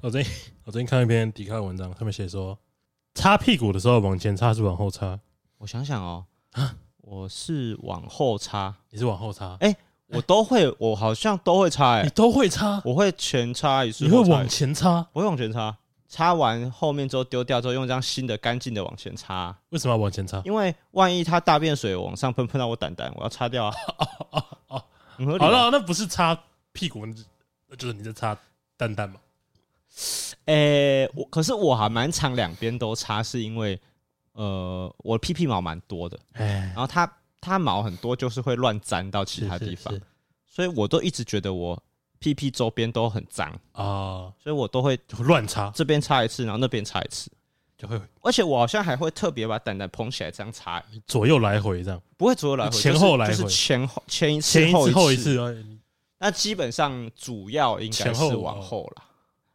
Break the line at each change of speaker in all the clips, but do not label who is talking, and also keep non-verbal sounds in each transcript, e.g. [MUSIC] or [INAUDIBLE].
我最近我最近看一篇迪卡文章，上面写说，擦屁股的时候往前擦是往后擦，
我想想哦，
啊
我是往后插，
你是往后擦，
我都会，我好像都会插、
你
欸，
都会擦，
我会全插一次，
你会哎往，前擦，
我会往前插，插完后面之后丢掉之后，用一张新的干净的往前插，
为什么要往前擦？
因为万一它大便水往上喷喷到我胆胆，我要擦掉啊。
哦
很合理
好
吧
了，那不是擦屁股，那就是你在擦蛋蛋嘛。
诶、我可是我还蛮常两边都擦，是因为呃，我屁屁毛蛮多的，
哎
然，后它它毛很多，就是会乱粘到其他地方，
是是
所以我都一直觉得我屁屁周边都很脏，
啊，
所以我都会
就乱擦
这边擦一次，然后那边擦一次，
就会
而且我好像还会特别把蛋蛋捧起来这样擦，
左右来回这样，
不会左右来回，
前
就是
后来
就是
回
前后前一次
前一次后
一
一。次，哎
那基本上主要应该
前后
是往
哦
后啦，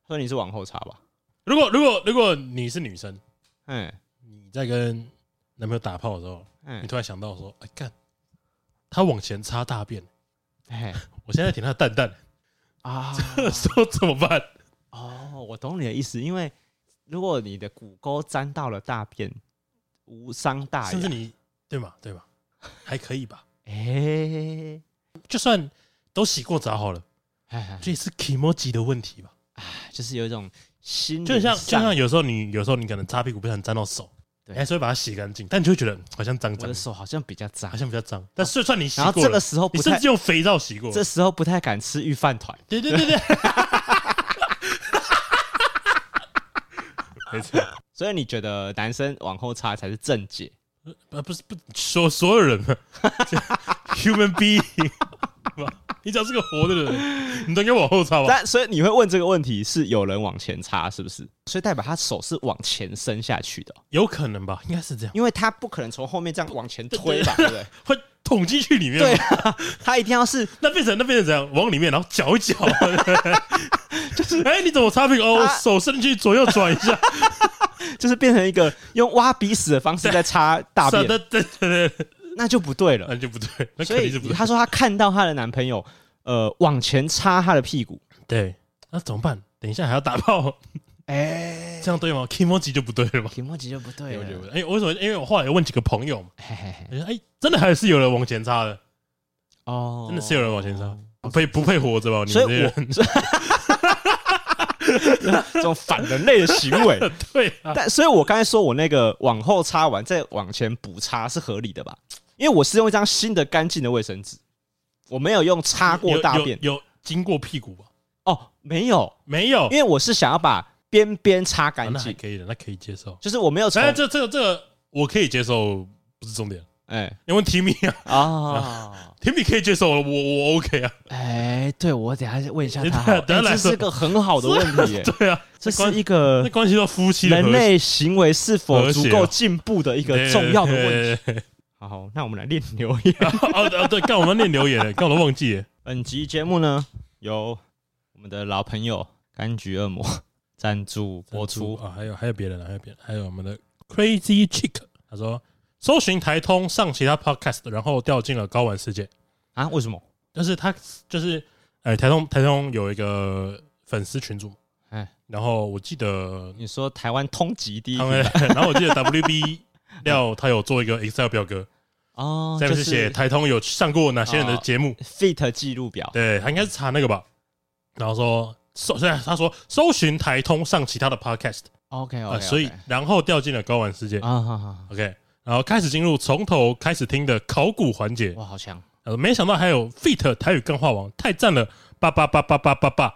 所以你是往后擦吧？
如果如果如果你是女生，
嗯
你在跟男朋友打炮的时候，你
嗯，
突然想到说，哎干，他往前擦大便，
哎
我现在舔他的蛋蛋，
啊，
[LAUGHS] 说怎么办？
哦，我懂你的意思，因为如果你的骨沟沾到了大便，无伤大
甚至
雅，
你对嘛对嘛，还可以吧？
哎
就算都洗过澡好了，
哎，
这也是 i m o j i 的问题吧？
就是有一种心灵
就很像就
上
像有时候你有时候你可能擦屁股不小心沾到手，
嗯对
你还是会把它洗干净，但你就会觉得嗯好像脏
我
脏
的，手好像比较脏
好，像比较脏。但就算你洗
然后
过
这个
了，
时候
你
不
甚
太
至，用肥皂洗过，
这时候不太敢吃御饭团，
对对对
[LAUGHS]
对，没错。
所以你觉得男生往后插才是正解？
啊，不是不所所有人嘛啊 [LAUGHS] ，human being，你只要是个活的人，你都应该往后插吧？
但所以你会问这个问题，是有人往前插是不是？所以代表他手是往前伸下去的哦，
有可能吧，应该是这样，
因为他不可能从后面这样往前推吧，对不对？
会捅进去里面。
对， [LAUGHS] 啊，他一定要是
那变成那变成怎样？往里面，然后搅一搅。就是，哎，你怎么擦屁股？哦，我
他
手伸进去，左右转一下。
就是变成一个用挖鼻屎的方式在擦大
对
便，
对对对对，
那就不对了。
那就不对，那
所
肯定
以
是不对。
她说她看到她的男朋友，呃，往前插她的屁股，
对，那怎么办？等一下还要打炮，
哎、
这样对吗 k i m o j i 就不对了吗？
题目集就不对
我觉
了。
得，哎，我为什么？因为我后来有问几个朋友嘛，
嘿嘿嘿
我觉得哎，真的还是有人往前插的。
哦，
真的是有人往前插，不配不配活着吧？你
所
们这
以
些人，
我 [LAUGHS] 这种反人类的行
[LAUGHS]
为。
对啊，
但所以，我刚才说我那个往后插完再往前补插是合理的吧？因为我是用一张新的干净的卫生纸，我没有用擦过
有
大
有
便
有经过屁股吧？
哦，没有，
没有，
因为我是想要把边边擦
啊
干
那还
净，
可以的，那可以接受。
就是我没有从
反正哎这这个这个我可以接受，不是重点。
哎
你问 Timmy 啊 [LAUGHS]
啊，
，Timmy 可以接受，我我 OK 啊。
哎，对我等下问一下
你
他
等
好，
等下
哎
来
这是
说
个很好的问
[LAUGHS]
题耶，
对啊，
这是
关
一个
那关系到夫妻的
人类行为是否
和谐
足够进步的一
和
个
谐
重要的问题。
对。对对对
好，那我们来练留言。
哦哦，对，干我们念留言了，干我都忘记了。
本集节目呢，由我们的老朋友柑橘恶魔赞助播出。
啊，还有还有别人啊，还有别人，还有我们的 Crazy Chick，他说搜寻台通上其他 podcast，然后掉进了睾丸世界。
啊？为什么？
但是他就是，呃，台中台中有一个粉丝群组，
哎
然后我记得，
你说台湾通缉第一
他们，
名
然后我记得 WB 廖他有做一个 Excel 表格，
哦，
上
就
面是写
是哦
台通有上过哪些人的节目，
fit 记录表。
对他应该是查那个吧，然后说搜，虽然他说搜寻台通上其他的 Podcast，
OK
啊，
OK，
所以然后掉进了睾丸世界
啊，好好好
，OK，然后开始进入从头开始听的考古环节，
哇，好强！
呃，没想到还有 Fit 台语干话王，太赞了！叭叭叭叭叭叭
[LAUGHS]
叭，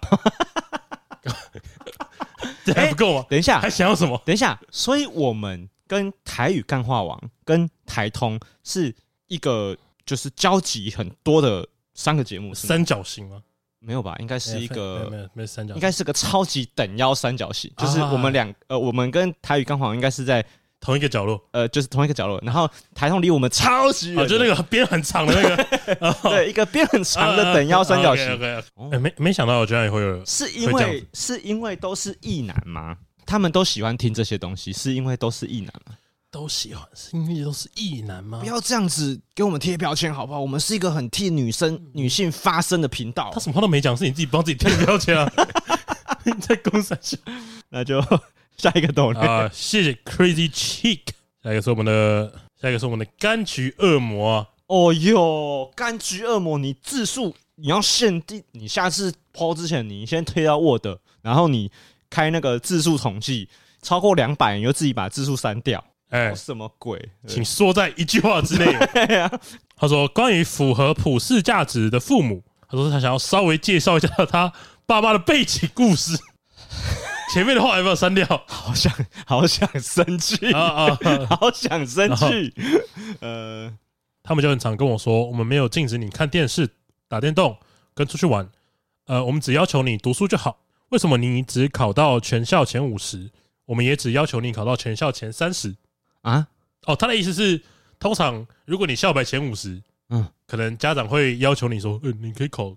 这还不够吗？
等一下
还，想要什么？
等一下，所以我们跟台语干话王跟台通是一个就是交集很多的三个节目，是吗
三角形吗？
没有吧？应该是一
没有
个
没。有没有三角
应
形，
该是个超级等腰三角形，就是
啊
我们两呃，我们跟台语干话王应该是在
同一个角落
呃，就是同一个角落，然后台通离我们超级远
啊，
的，
就那个边很长的那个
对一个边很长的等腰三角形，
OK，
哦
哎，没没想到居然也会有
是因
会这样
为
子
是因为都是异男吗？他们都喜欢听这些东西，是因为都是异男吗？
都喜欢，是因为都是异男吗
哦不？要这样子给我们贴标签好不好？我们是一个很
嗯
替女生、女性发声的频道
他。什么话都没讲，是你自己帮自己贴标签啊！你在公山小
那就 [LAUGHS] 下一个抖内，
啊，谢谢 Crazy Chick。下一个是我们的，下一个是我们的柑橘恶魔啊，
哦哟，柑橘恶魔，你字数你要限定，你下次抛之前，你先推到 Word，然后你开那个字数统计，超过两百，你就自己把字数删掉。
哎
哦，什么鬼？
请缩在一句话之内。
对啊，
他说关于符合普世价值的父母，他说他想要稍微介绍一下他爸妈的背景故事。前面的话有没有删掉？
好想好想生气，
啊啊！啊
好想生气。
哦
[LAUGHS] 呃，
他们就很常跟我说，我们没有禁止你看电视、打电动跟出去玩，呃，我们只要求你读书就好。为什么你只考到全校前五十，我们也只要求你考到全校前三十？
啊，
哦，他的意思是，通常如果你校排前五十，
嗯
嗯，可能家长会要求你说，嗯、你可以考，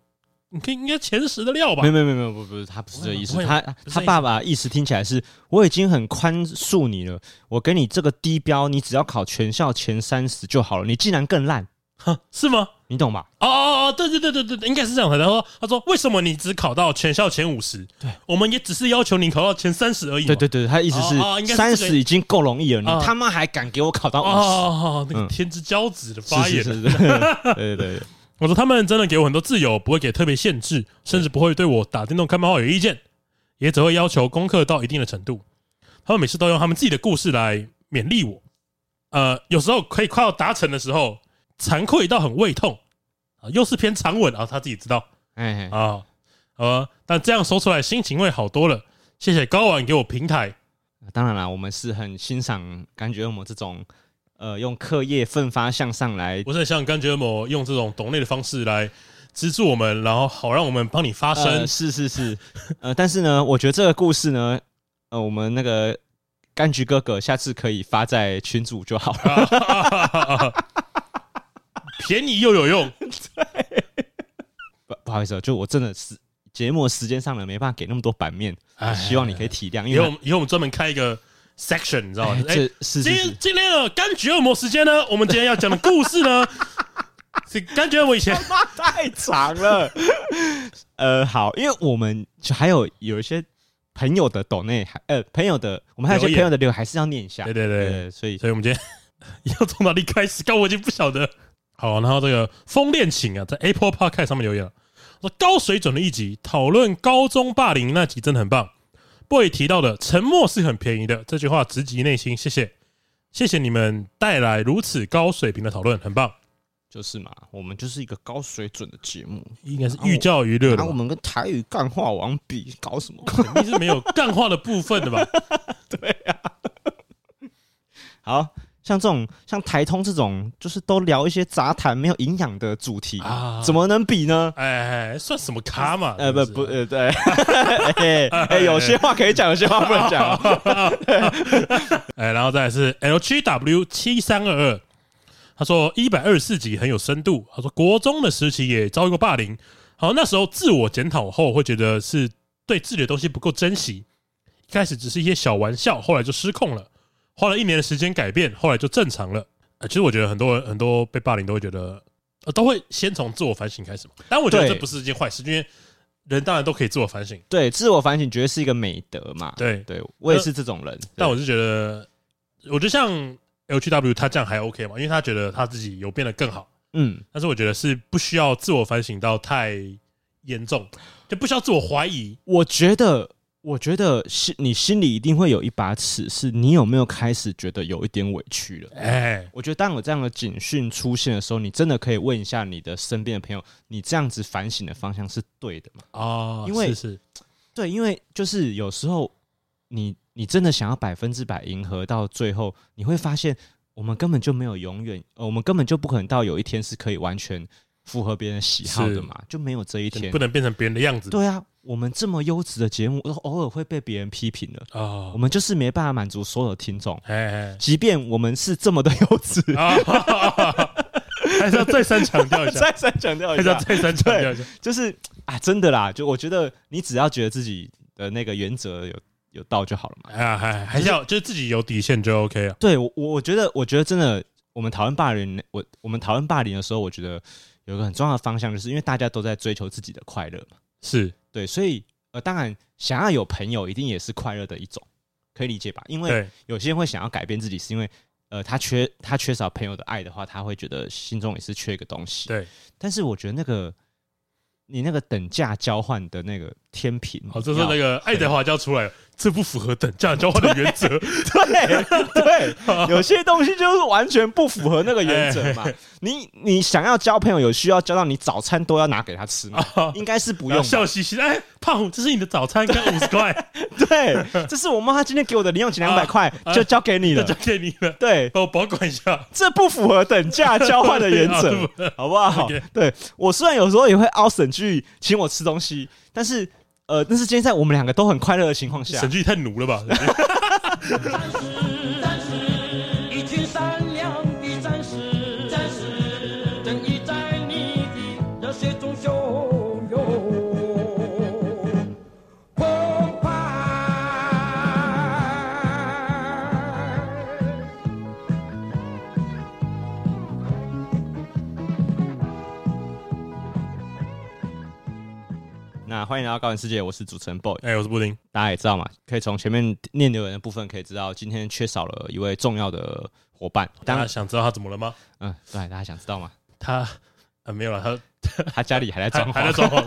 你可以应该前十的料吧
没？有没有没有没有不不是他不是这个意思
不，会
他
吗不是这
他
意思
爸爸意思听起来是我已经很宽恕你了，我给你这个低标，你只要考全校前三十就好了，你竟然更烂，
哈是吗？
你懂吧？
哦哦哦，对对对对对，应该是这样的。然后他说，为什么你只考到全校前五十？
对，
我们也只是要求你考到前三十而已嘛。
对对对，他意思
哦哦应该是
是
这
三
个
十已经够容易了，
哦
你他妈还敢给我考到五
哦，那
嗯
个天之骄子的发
十？
言
是，是是， [LAUGHS] 对对对，
我说他们真的给我很多自由，不会给特别限制，甚至不会对我打电动、看漫画有意见，也只会要求功课到一定的程度。他们每次都用他们自己的故事来勉励我。呃，有时候可以快要达成的时候，惭愧到很胃痛啊，又是篇长文啊，他自己知道
哎，
啊，呃，但这样说出来心情会好多了。谢谢高婉给我平台，
当然啦，我们是很欣赏感觉恶魔这种呃用课业奋发向上来
我是很像甘觉某用这种懂内的方式来资助我们，然后好让我们帮你发声。
呃是是是，呃，但是呢，我觉得这个故事呢，呃，我们那个柑橘哥哥下次可以发在群组就好了。
便宜又有用，
不不好意思哦，就我真的是节目的时间上呢，没办法给那么多版面，
哎
希望你可以体谅，
以
因
后
为
我们以后我们专门开一个 section，你知道
哎
吗？哎、
这
今
是是
天
是，
今天的柑橘恶魔时间呢，我们今天要讲的故事呢， [LAUGHS] 是柑橘恶魔以前
妈太长
[LAUGHS]
了。呃，好，因为我们就还有有一些朋友的抖内，还呃朋友的，我们还有一些
留
朋
言
友的留言还是要念一下。
对对对
对，所以
所以我们今天要从哪里开始？刚我已经不晓得。好，然后这个风恋情啊，在 Apple Podcast 上面留言了，啊说高水准的一集，讨论高中霸凌那集真的很棒。boy 提到的“沉默是很便宜的”这句话直击内心，谢谢，谢谢你们带来如此高水平的讨论，很棒，
就是嘛，我们就是一个高水准的节目，
应该是寓教于乐的
拿我
吧，
们跟台语干话王比，搞什么？ [LAUGHS]
肯定是没有干话的部分的吧？
好像这种像台通这种，就是都聊一些杂谈没有营养的主题，
啊
怎么能比呢？
哎，哎算什么咖嘛？
呃，不
是
不，
是，
呃，对， [LAUGHS] 哎、
[LAUGHS]
哎有些话可以讲，有些话不能讲。
哎，然后再来是 LGW 七三二二，他说一百二十四集很有深度。他说国中的时期也遭遇过霸凌，好，那时候自我检讨后会觉得是对自己的东西不够珍惜，一开始只是一些小玩笑，后来就失控了，花了一年的时间改变，后来就正常了。呃、其实我觉得很多人很多被霸凌都会觉得，呃，都会先从自我反省开始嘛。但我觉得
对
这不是一件坏事，因为人当然都可以自我反省。
对，自我反省绝对是一个美德嘛。
对，
啊对，我也是这种人。
但
对
我是觉得，我觉得像 LGW 他这样还 OK 嘛，因为他觉得他自己有变得更好。
嗯，
但是我觉得是不需要自我反省到太严重，就不需要自我怀疑。
我觉得，我觉得心你心里一定会有一把尺，是你有没有开始觉得有一点委屈了？
哎，
我觉得当有这样的警讯出现的时候，你真的可以问一下你的身边的朋友，你这样子反省的方向是对的吗？
哦，
因为
是是
对，因为就是有时候你你真的想要百分之百迎合到最后，你会发现我们根本就没有永远，呃，我们根本就不可能到有一天是可以完全符合别人喜好的
是
嘛，就没有这一
就你
天
不。能变成别人的样子。
对啊，我们这么优质的节目，呃偶尔会被别人批评的，我
哦，
们就是没办法满足所有的听众， [LAUGHS]
哎
即便我们是这么的优质。
哎，啊，哈哈哈哈还是要再三强调一下，
[LAUGHS] 再再强调
还
一
是要
下，
再三强调一下。
就是啊，真的啦，就我觉得你只要觉得自己的那个原则有有到就好了嘛。
啊，还还是要就是自己有底线就 OK 啊。
对我，我我觉得，我觉得真的，我们讨论霸凌，我我们讨论霸凌的时候，我觉得有一个很重要的方向，就是因为大家都在追求自己的快乐嘛。
是，
对，所以呃，当然想要有朋友，一定也是快乐的一种，可以理解吧？因为
对，
有些人会想要改变自己，是因为呃，他缺他缺少朋友的爱的话，他会觉得心中也是缺一个东西。
对，
但是我觉得那个你那个等价交换的那个天平，
好，哦这是那个爱德华就要出来了，这不符合等价交换的原则。
[LAUGHS] 对
[LAUGHS]
对，有些东西就是完全不符合那个原则嘛。你你想要交朋友，有需要交到你早餐都要拿给他吃
[LAUGHS]
吗？应该是不
然
用
后
吧。
哦笑嘻嘻，哎，胖虎，这是你的早餐，跟五十
[LAUGHS]
块，
对，这是我妈她今天给我的零用钱两百块
[LAUGHS] 啊，
就交给你
这
了
交。给你了，
对，
帮我保管一下。
这不符合等价交换的原
[LAUGHS] 对啊
则
不，
好不好
OK？
对我虽然有时候也会凹沈剧请我吃东西，但是呃，但是今天在我们两个都很快乐的情况下
沈，剧太奴了吧？
[LAUGHS]
战士，战士，一群善良的战士，战士，正义在你的热血中汹涌澎湃。
那欢迎来到高玩世界，我是主持人 boy。
哎，我是布丁，
大家也知道嘛，可以从前面念留言的部分可以知道，今天缺少了一位重要的伙伴。
哦大
当
家
然，
想知道他怎么了吗？
嗯，对，大家想知道吗？
他啊，没有
[LAUGHS]
了，
哦
他
他家里还
还
在
[LAUGHS]
装
还在
潢，
装
[LAUGHS]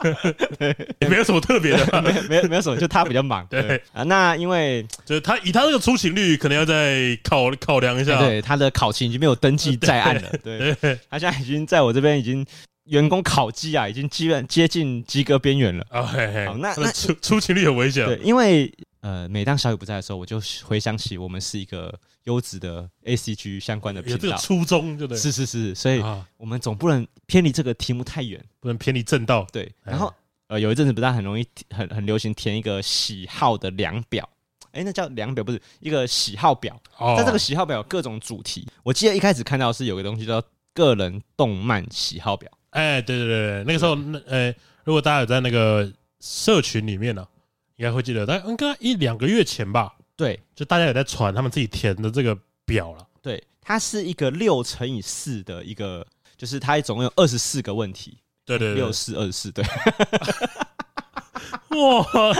潢，也没有什么特别的吧，
没有没有没有什么，就他比较忙。
[LAUGHS] 对
啊，那因为
就是他以他这个出勤率，可能要再考考量一下。
哎对他的考勤已经没有登记在案了，对他现在已经在我这边已经员工考绩啊，已经基本接近及格边缘了。
啊，嘿嘿
好，哦那
他
那
的出出勤率很危险。啊
对，因为呃，每当小雨不在的时候，我就回想起我们是一个优质的 A C G 相关的
有
频
这个
道，
初衷，对不对？
是是是，所以
啊，
我们总不能偏离这个题目太远。
不能偏离正道。
对，
哎
然后呃，有一阵子不是很容易很很流行填一个喜好的量表，哎，那叫量表不是一个喜好表，
哦
在这个喜好表有各种主题。我记得一开始看到是有个东西叫个人动漫喜好表，
哎，对对对，对那个时候，那呃，如果大家有在那个社群里面呢、啊应该会记得，大概应该一两个月前吧，
对
就大家有在传他们自己填的这个表了。
对，它是一个六乘以四的一个，就是它总共有二十四个问题，
对对对
六，四二十四，对 [LAUGHS]
哇，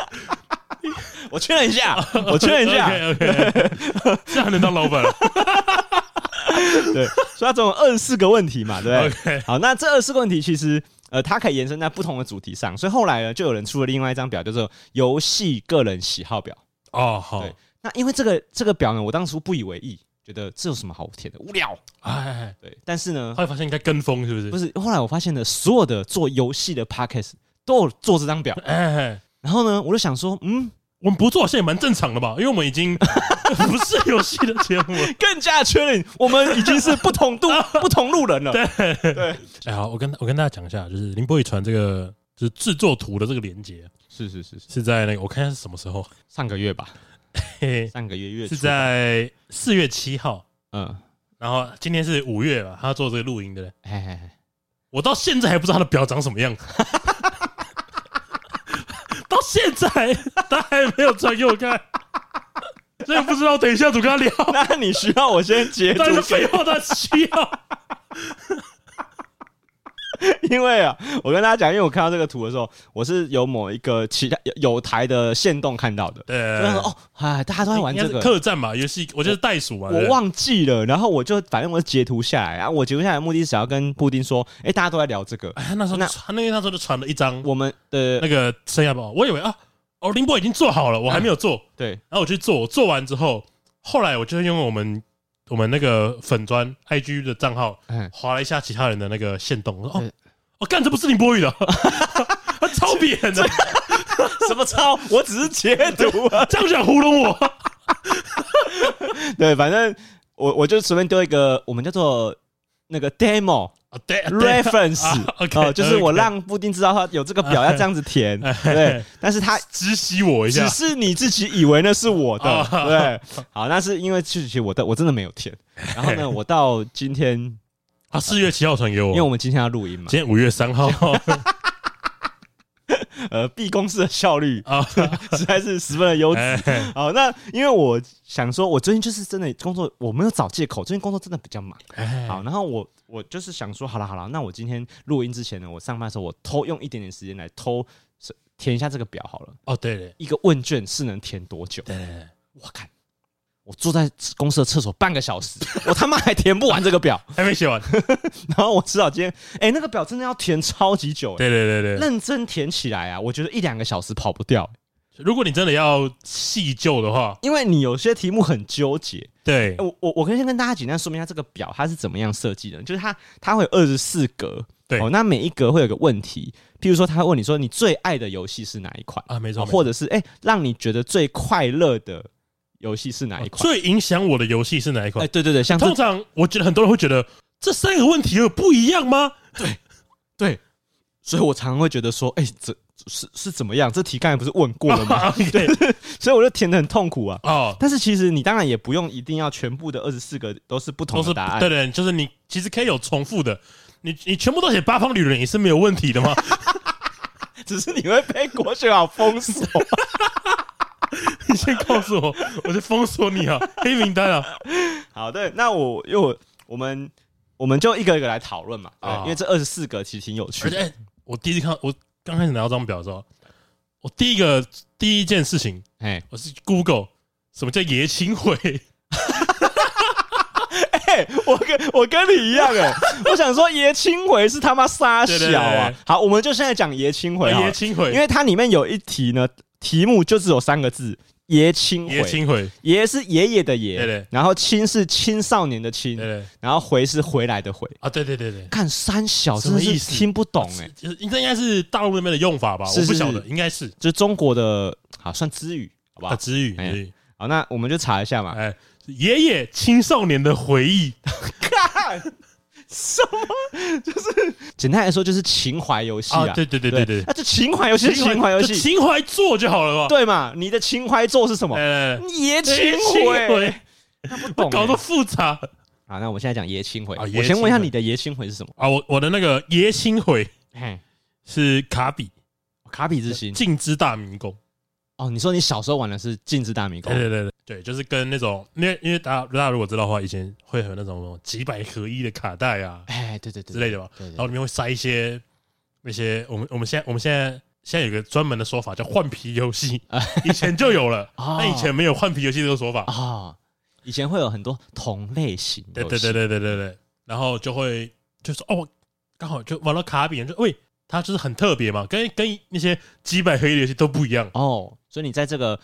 我确认
[LAUGHS]
一下，我确认一下，
，OK，这 [LAUGHS] 样还能当老板了啊
对，所以它总有二十四个问题嘛，对不对？
[LAUGHS] ？OK，
好，那这二十四个问题其实呃，它可以延伸在不同的主题上，所以后来呢，就有人出了另外一张表，叫做游戏个人喜好表。
哦，好，
对那因为这个这个表呢，我当初不以为意，觉得这有什么好填的，无聊。
哎哎，哎
对，但是呢，
后来发现应该跟风是不是？
不
是，
是后来我发现呢，所有的做游戏的 podcast 都有做这张表，
哎，哎
然后呢，我就想说，嗯，
我们不做好像也蛮正常的吧，因为我们已经 [LAUGHS] 不是游戏的节目了。
更加确认我们已经是不同路不同路人了。
[LAUGHS] 哎，好，我跟我跟大家讲一下，就是林波宇传这个就是制作图的这个连接
是是是是，
是在那个我看一下是什么时候，
上个月吧，
嘿嘿。
上个月月
是
初吧
在四月七号，
嗯，
然后今天是五月吧，他做这个录音的，
哎哎哎，
我到现在还不知道他的表长什么样 [LAUGHS] 子，到现在他还没有传给我看，所以不知道等一下怎么跟他聊，
那你需要我先截图
但是废
给
话他需
[LAUGHS]
要，
因为啊，我跟大家讲，因为我看到这个图的时候，我是有某一个其他有有台的线动看到的，
对
就，他说哦，哎，大家都在玩这
应该是
个，
客栈嘛，游戏我就是袋鼠嘛，对不
我
对，
忘记了，然后我就反正我截图下来，然啊后我截图下来的目的是想要跟布丁说，哎，大家都在聊这个，
哎，他那时候
那
传，那个那时候就传了一张
我们的
那个生涯报，我以为啊，哦，林波已经做好了，我还没有做。
[LAUGHS] 对
然后我去做，我做完之后，后来我就用我们我们那个粉砖 IG 的账号
嗯，
划了一下其他人的那个线动，我说哦
对，
我干这不是林波宇的， [LAUGHS] 他超扁的，
[LAUGHS] 什么超，我只是截图啊，
这样想糊弄
[LAUGHS]
我，
对，反正我我就随便丢一个，我们叫做那个 demo [LAUGHS]
啊对对
reference，
啊，OK，
哦，就是我
OK
让布丁知道他有这个表要这样子填，
哎
对，但是他
直袭我一下
只，是你自己以为那是我的，
啊
对，好，那是因为其实我的我真的没有填。然后呢，我到今天，
啊，四月七号传给我，
因为我们今天要录音嘛，
今天五月三号
呃，B 公司的效率
啊，
实在是十分的优质。
哎
好，那因为我想说，我最近就是真的工作，我没有找借口，最近工作真的比较忙。
哎
好，然后我我就是想说，好了好了，那我今天录音之前呢，我上班的时候，我偷用一点点时间来偷填一下这个表好了，
哦，对对
一个问卷是能填多久？
对对，
我看，我坐在公司的厕所半个小时，我他妈还填不完这个表。
还没写完。
然后我知道今天，哎、那个表真的要填超级久、欸，
对对对对，
认真填起来啊，我觉得一两个小时跑不掉、欸
如果你真的要细究的话，
因为你有些题目很纠结。
对
欸我我我可以先跟大家简单说明一下这个表它是怎么样设计的，就是它它会有二十四格，
对
哦，那每一格会有个问题，譬如说他会问你说你最爱的游戏是哪一款，
啊，没
哦
错，
或
者
者是哎、欸让你觉得最快乐的游戏是哪一款？
哦最影响我的游戏是哪一
哎、
款？
对对对，像这
通常我觉得很多人会觉得这三个问题有不一样吗？
对，所以我常常会觉得说，哎、这是是怎么样？这题刚才不是问过了
[LAUGHS]
吗？ [LAUGHS]
对，
所以我就填的很痛苦啊。
哦，
但是其实你当然也不用一定要全部的二十四个都是不同
都
的
是
答案，
对对，就是你其实可以有重复的，你你全部都写八方旅人也是没有问题的嘛。
只是你会被国学好
[LAUGHS]
封锁。
[LAUGHS] 你先告诉我，我就封锁你啊， [LAUGHS] 黑名单啊。
好的，那我因为我我们我们就一个一个来讨论嘛，对，
哦
因为这二十四个其实挺有趣
而且、
的。
哎我第一次看，我刚开始拿到这张表的时候，我第一个第一件事情，
哎
我是 Google 什么叫爷青回，
哎、我跟我跟你一样哎、我想说爷青回是他妈杀小
对
啊！
对对哦
好，我们就现在讲爷青回好了
爷青回，
啊因为它里面有一题呢，题目就只有三个字：爷青
爷
回。
青回，
爷是爷爷
对
的
对
爷，然后青是青少年的青
对，对
然后回是回来的回。
啊，对对对对。
看三小
什
真
么
的
意
是
思
听不懂哎、
是就是应该应该是大陆那边的用法吧，
是
我不
是
晓得
是，
应该是
就是中国的，好算知语，好不
啊，
好？
词语，
哎
词语
好，那我们就查一下嘛。
哎，爷爷青少年的回忆，
看什么？就是简单来说，就是情怀游戏
啊，
啊。
对对对对对，
那就情怀游戏，情怀游
就
戏，
情怀做就好了嘛。
对嘛？你的情怀做是什么？
哎，
爷青回，，他不懂欸。
搞得复杂
好，那我们现在讲爷青回。
啊
我
爷
先问一
青
下
回
你的爷青回是什么？
啊！我我的那个爷青回
嘿，
是卡比
卡比之心。
镜之大迷宫，
哦，你说你小时候玩的是《禁止大迷宫
对》？对对对对，就是跟那种，因为因为大家大家如果知道的话，以前会有那种什么几百合一的卡带啊
哎，对对对，
之类的哦嘛，
对对
然后里面会塞一些那些我们我们现在我们现在。现在有个专门的说法叫换皮游戏，以前就有了，
哎 [LAUGHS] 哦
但以前没有换皮游戏这个说法。
啊，以前会有很多同类型游
对
戏，
对对对对对对，然后就会就是哦，刚好就玩到卡比，就喂，它就是很特别嘛，跟跟那些几百合一的游戏都不一样。
哦，所以你在这个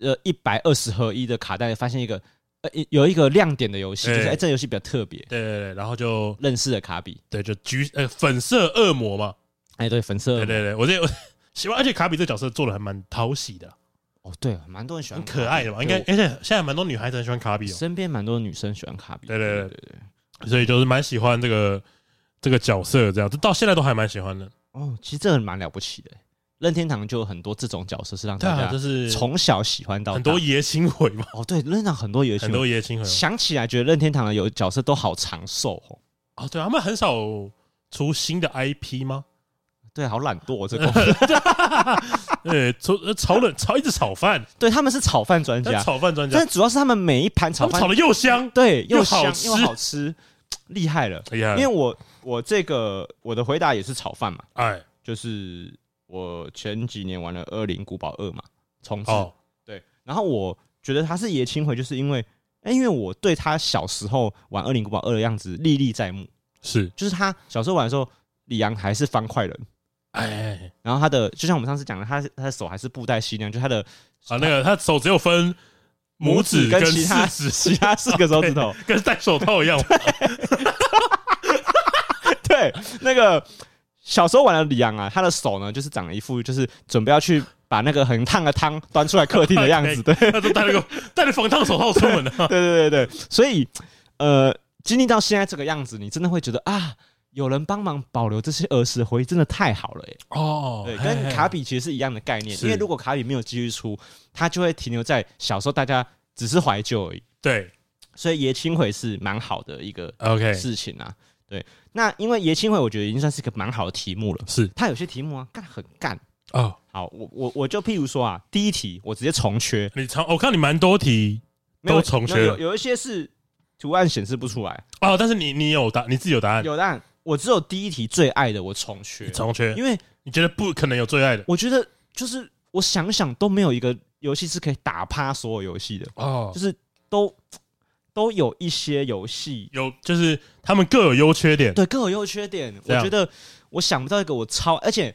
呃一百二十合一的卡带发现一个呃一有一个亮点的游戏，就是
哎
哎这游戏比较特别，
对对对，然后就
认识了卡比，
对就橘呃粉色恶魔嘛，
哎对粉色
对对对，我这我 [LAUGHS] 喜欢，而且卡比这个角色做的还蛮讨喜的，
哦对，蛮多人喜欢
很
卡比，
可爱的嘛，应该
对
而且现在蛮多女孩子很喜欢卡
我
比哦，
身边蛮多女生喜欢卡比，
对对对
对对，
所以就是蛮喜欢这个这个角色这样，就到现在都还蛮喜欢的。
哦，其实这个蛮了不起的，任天堂就有很多这种角色是让
对
大
啊，就
家
是
从小喜欢到
很
大
多爷青回嘛，
哦对，任天堂很多游戏
很。多爷青回嘛
想起来，觉得任天堂的有角色都好长寿哦，
哦，对，他们很少出新的 IP 吗？
对，好懒惰、
[LAUGHS]
哦、这个。
啊呃，炒呃炒冷炒一直炒饭，
对，他们是炒饭专
但
家，
炒饭专家
但，主要是他们每一盘
他
炒
们
饭
炒的又香，哎
对，
又
又香
好吃
又好吃，厉害了。
厉害
因为我我这个我的回答也是炒饭嘛，
哎
就是我前几年玩了《恶灵古堡二》嘛，重置、
哦
对，然后我觉得它是爷青回，就是因为，哎、因为我对他小时候玩《恶灵古堡二》的样子历历在目，
是
就是他小时候玩的时候，李阳还是方块人，
哎
然后他的就像我们上次讲的，他他的手还是布袋戏那样，就他的
啊那个他手只有分拇指
跟其他
四指，
[LAUGHS] 其他四个手指头，
跟戴手套一样，
对，那个小时候玩的李阳啊，他的手呢，就是长了一副就是准备要去把那个很烫的汤端出来客厅的样
[LAUGHS]
子。对，对
他都戴了个戴了防烫手套出门的，
[LAUGHS] 对对对，所以呃，经历到现在这个样子，你真的会觉得啊。有人帮忙保留这些儿时的回忆，真的太好了耶！
哦
对，跟卡
比
比其实是一样的概念，
是
因为如果卡比没有继续出，它就会停留在小时候大家只是怀旧而已。
对
所以爷青回是蛮好的一个
OK
事情啊。对，那因为爷青回，我觉得已经算是一个蛮好的题目了。
是
它有些题目啊，干很干。
哦，
好，我我我就譬如说啊，第一题我直接重缺，
你常我看你蛮多题
没有
都重缺
没有有有一些是图案显示不出来，
哦，但是你你有答你自己有答案，
有但我只有第一题最爱的我重缺
你，重缺
因，为
你觉得不可能有最爱的
我觉得就是我想想都没有一个游戏是可以打趴所有游戏的，
哦
就，是都都有一些游戏
有就是他们各有优缺点，
对各有优缺点。我
这样
觉得我想不到一个我超，而且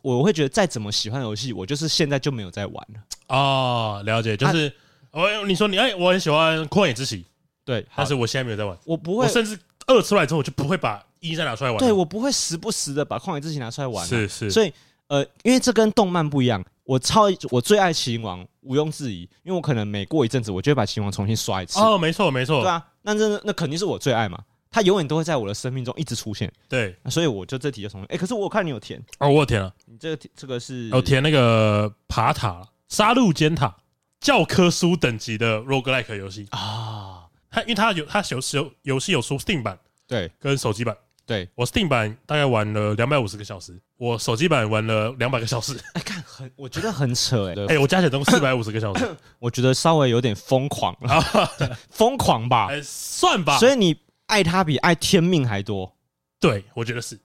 我会觉得再怎么喜欢的游戏，我就是现在就没有在玩了。
哦，了解，就是
啊
哦，你说你哎，我很喜欢《旷野之息》，
对，好
但是我现在没有在玩，
我不
我
会，
甚至二出来之后，我就不会把一再拿出来玩了，
对我不会时不时的把旷野之息拿出来玩啊、
是是，
所以呃，因为这跟动漫不一样，我超我最爱麒麟王，毋庸置疑，因为我可能每过一阵子，我就会把麒麟王重新刷一次。
哦，没错没
对
错，
啊，那那那肯定是我最爱嘛，它永远都会在我的生命中一直出现，
对，
所以我就这题就重新。哎、可是我有看你有填，
哦，我有填了，
你这个题这个是
我哦填那个爬塔了、杀戮尖塔、教科书等级的 roguelike 游戏，
啊？
它因为它有它有有游戏有出 Steam 版
对
跟手机版。
对，
我 Steam 版大概玩了两百五十个小时，我手机版玩了两百个小时，
[LAUGHS] 哎、看很，我觉得很扯
[LAUGHS]
哎、
哎、我加起来总共四百五十个小时，
[LAUGHS] 我觉得稍微有点疯狂了，
哦
[LAUGHS] 疯狂吧
哎、？算吧。
所以你爱他比爱天命还多。
对，我觉得是，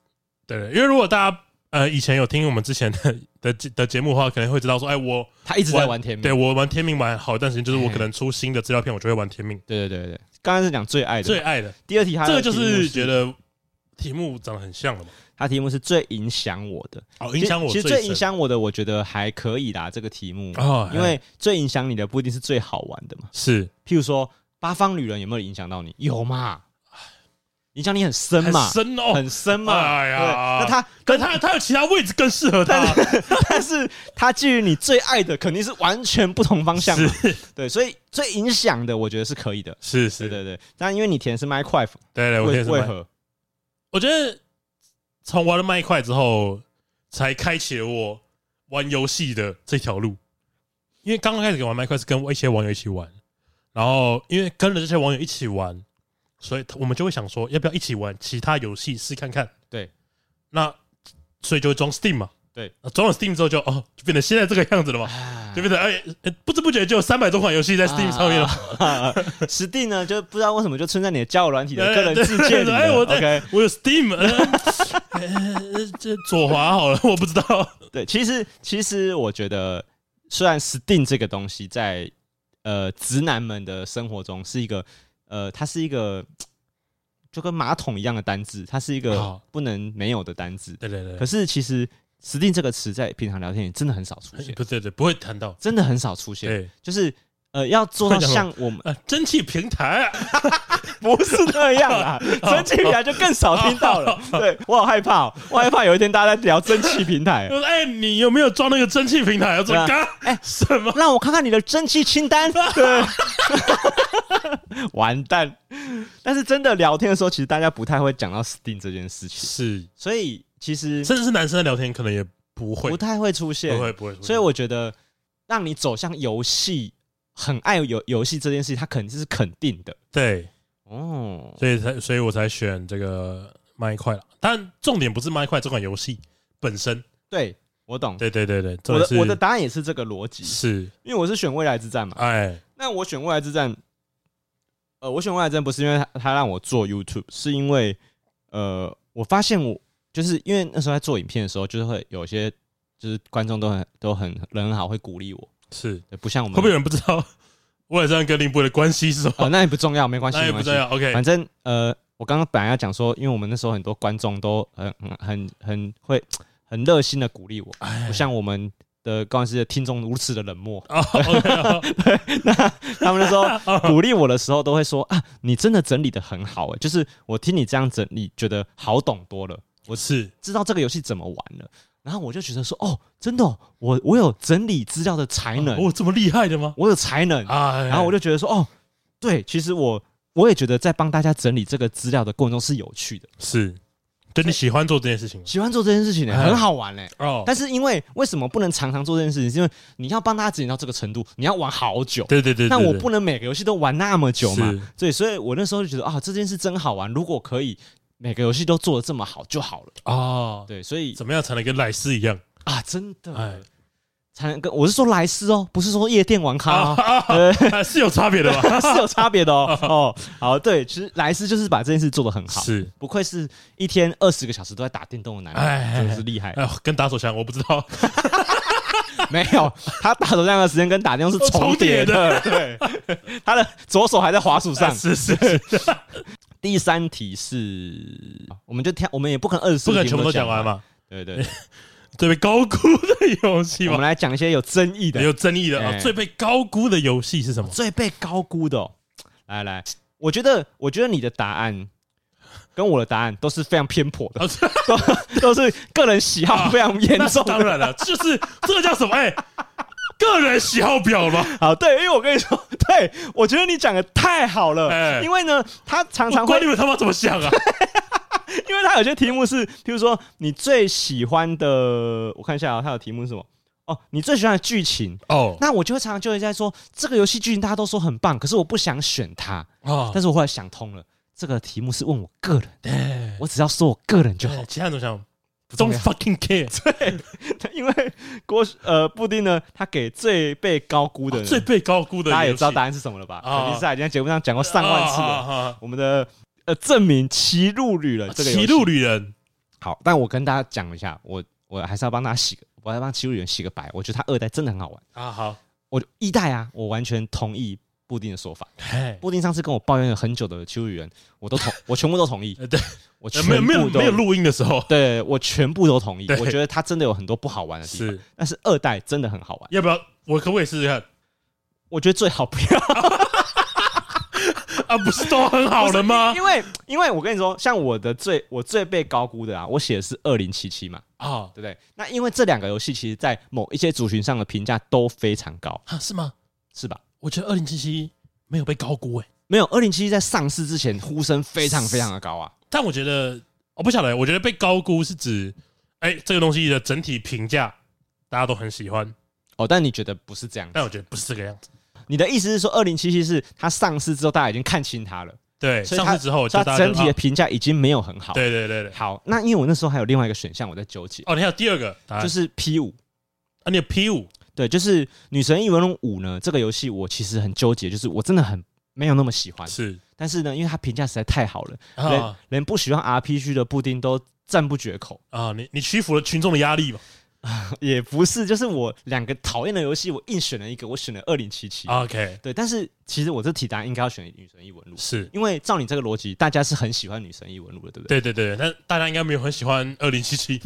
对对，因为如果大家呃以前有听我们之前的 [LAUGHS] 的的节目的话，可能会知道说，哎、我
他一直在玩天命，
对我玩天命玩好一段时间，就是我
嘿
可能出新的资料片，我就会玩天命，
对对对对对，刚才是讲最爱的嘛，
最爱的，
第二题他
这
的
个
题
就
目，
是觉得题目长得很像了嘛，
他题目是最影响我的，
哦，影响我
其实其实
最
最影响我的，我觉得还可以啦。这个题目，
啊，
因为最影响你的不一定是最好玩的嘛。
是
譬如说，八方旅人有没有影响到你？有嘛？影响你很深
很
嘛，
深哦，
很深嘛。
哎呀
对那
[LAUGHS]
他，
但他他有其他位置更适合
[LAUGHS]
他，
但是他基于你最爱的，肯定是完全不同方向嘛。对，所以最影响的，我觉得是可以的。
是
对
是的，
对对，但因为你填的是 Minecraft，
对对，我
为
先
为
说。
何？
我觉得从玩了麦块之后，才开启了我玩游戏的这条路。因为刚刚开始玩麦块是跟一些网友一起玩，然后因为跟了这些网友一起玩，所以我们就会想说，要不要一起玩其他游戏试看看？
对，
那所以就会装 Steam 嘛。
对，
装了 Steam 之后就哦，就变成现在这个样子了嘛，就变成哎、哎不知不觉就有三百多款游戏在 Steam 上面了。
了。史蒂呢，就不知道为什么就存在你的交友软体的
哎
个人自荐里了。
哎我在
OK，
我有 Steam，呃 [LAUGHS] 呃这左滑好了，我不知道。
对，其实其实我觉得，虽然 Steam 这个东西在呃直男们的生活中是一个呃，它是一个就跟马桶一样的单字，它是一个
好
不能没有的单字。
对对对，
可是其实 Steam 这个词在平常聊天里真的很少出现，
不对对，不会谈到。
真的很少出现。
对，
就是呃，要做到
会讲什
像
么
我们
呃，蒸汽平台啊，
不是那样
[LAUGHS]
啦，
哦
蒸汽平台就更少听到了。对我好害怕、哦，我害怕有一天大家在聊蒸汽
[LAUGHS]
平台。
我说哎，你有没有装那个蒸汽平台啊？我说
对啊
嘎，
哎
什么？
让我看看你的蒸汽清
[LAUGHS]
单。对， [LAUGHS] 完蛋！但是真的聊天的时候，其实大家不太会讲到 Steam 这件事情，
是，
所以其实
甚至是男生的聊天可能也不会，
不太会出现
不。会，不会。
所以我觉得，让你走向游戏，很爱游游戏这件事，它肯定是肯定的。
对，
哦，
所以才，所以我才选这个麦块了。但重点不是麦块这款游戏本身，
对我懂。
对对对对，重
我
点是
的我的答案也是这个逻辑，
是
因为我是选未来之战嘛。
哎，
那我选未来之战，呃，我选未来之战不是因为他他让我做 YouTube，是因为呃，我发现我就是因为那时候在做影片的时候，就是会有一些就是观众都很都很人很好，会鼓励我，
是
对，不像我们
会不会有人不知道 [LAUGHS] 我也这样跟林博的关系是什
哦，
么？
那也不重要，没关系，
那也
没
不
关系
重，要。OK，哎
反正呃，我刚刚本来要讲说，因为我们那时候很多观众都很很很很会很热心的鼓励我，
哎
不像我们的高老师的听众如此的冷漠，
哦，OK，哦
[LAUGHS] 他们
[LAUGHS]
那时候鼓励我的时候，都会说啊，你真的整理的很好哎、就是我听你这样整理，觉得好懂多了，
我是
知道这个游戏怎么玩了。然后我就觉得说，哦，真的哦、我我有整理资料的才能，
啊哦我有这么厉害的吗？
我有才能。
啊，
然后我就觉得说，哦，对，其实我我也觉得在帮大家整理这个资料的过程中是有趣的，
是，就你喜欢做这件事情吗？
喜欢做这件事情呢、欸
哎
很好玩嘞、
哦，
但是因为为什么不能常常做这件事情？是因为你要帮大家整理到这个程度，你要玩好久。
对对对，
但
对
我
对
不能每个游戏都玩那么久嘛
是，
对，所以我那时候就觉得啊，这件事真好玩。如果可以每个游戏都做的这么好就好了，
哦，
对，所以
怎么样才能跟莱斯一
[LAUGHS]
样？
啊，真
哎
的，才能跟我是说莱斯哦，不是说夜店玩咖哦， [LAUGHS]
啊，啊是有差别的吧？
是有差别
[LAUGHS]
的哦。哦，好，对，其实莱斯就是把这件事做得很好，
是，
不愧是一天二十个小时都在打电动的男人，
哎
真的是厉害。
哎呦，跟打手枪我不知道，
没有，他打手枪的时间跟打电动是重
[LAUGHS]
叠的，对， [LAUGHS] 他的左手还在滑鼠上。
哎是是是，
第三题是，哦我们就挑，我们也不可能二十四
不可能
题
全部都
讲
讲完。嘛，
对对，对
最被高估的游戏
我们
嘛，
来讲一些有争议的，
有争议的啊，
哎
最被高估的游戏是什么？
最被高估的、哦。来来，我觉得，我觉得你的答案跟我的答案都是非常偏颇的，
啊，这
[LAUGHS] 都是个人喜好非常
[LAUGHS]
严
那是
重
当
的。 [LAUGHS]
然了，就是这个叫什么？哎，个人喜好表嘛，
好，对，因为我跟你说， [LAUGHS] 对我觉得你讲的太好
哎
了，因为呢，他常常
我
会
管你，们他妈怎么想
[LAUGHS]
啊！
因为他有些题目是，譬如说你最喜欢的，我看一下啊，他的题目是什么？哦，你最喜欢的剧情，
哦
那我就会常常就会在说，这个游戏剧情大家都说很棒，可是我不想选它。
啊，
但是我后来想通了，这个题目是问我个人的，我只要说我个人就好。 [LAUGHS]
哎其他人都想
重
，Don't
要
fucking care，
因为郭呃布丁呢，他给最被高估的
啊
人，
最被高估的游戏，
大家也知道答案是什么了吧？
啊
肯定是在今天节目上讲过上万次
啊
了。
啊啊
我们的呃证明《歧路旅人》
啊
这个游戏
歧路旅人
好，但我跟大家讲一下，我我还是要帮大家洗个，我要帮《歧路旅人》洗个白。我觉得他二代真的很好玩，
啊，好，
我一代啊，我完全同意布丁的说法。
哎，
布丁上次跟我抱怨了很久的《歧路旅人》，我都同我全部都同意
呃，对，
我
呃
全
没有没有
部都
没有录音的时候，
对我全部都同意
对。
我觉得他真的有很多不好玩的地方，
是
但是二代真的很好玩。
要不要？我可不可以试试看？
我觉得最好不要
啊，不是都很好了吗
不是？因为因为我跟你说，像我的最我最被高估的啊，我写的是二零七七嘛，
啊
对不对？那因为这两个游戏其实在某一些族群上的评价都非常高，
啊，是吗？
是吧？
我觉得二零七七没有被高估哎，
没有，二零七七在上市之前呼声非常非常的高啊，
但我觉得我不晓得，我觉得被高估是指哎这个东西的整体评价大家都很喜欢，
哦，但你觉得不是这样
但
子？
我觉得不是这个样子。
你的意思是说，二零七七是它上市之后大家已经看清它了，
对，
所以
上
它
市之后就
所以
大家
它
就
整体的
啊
评价已经没有很好。，
对对对对。
好，那因为我那时候还有另外一个选项我在纠结，
哦，你还有第二个答案，
就是是 P 五。
啊，你有 P 五
对，就是《女神异闻录五》呢，这个游戏我其实很纠结，就是我真的很没有那么喜欢，
是
但是呢，因为它评价实在太好了，连
啊
连不喜欢 RPG 的布丁都赞不绝口。 [LAUGHS]
啊，你你屈服了群众的压力嘛？
也不是，就是我两个讨厌的游戏，我硬选了一个，我选了二零七七。
啊 OK，
对，但是其实我这题答案应该要选《女神异闻录》，
是
因为照你这个逻辑，大家是很喜欢《女神异闻录》的，对不对？
对对对，但大家应该没有很喜欢二零七七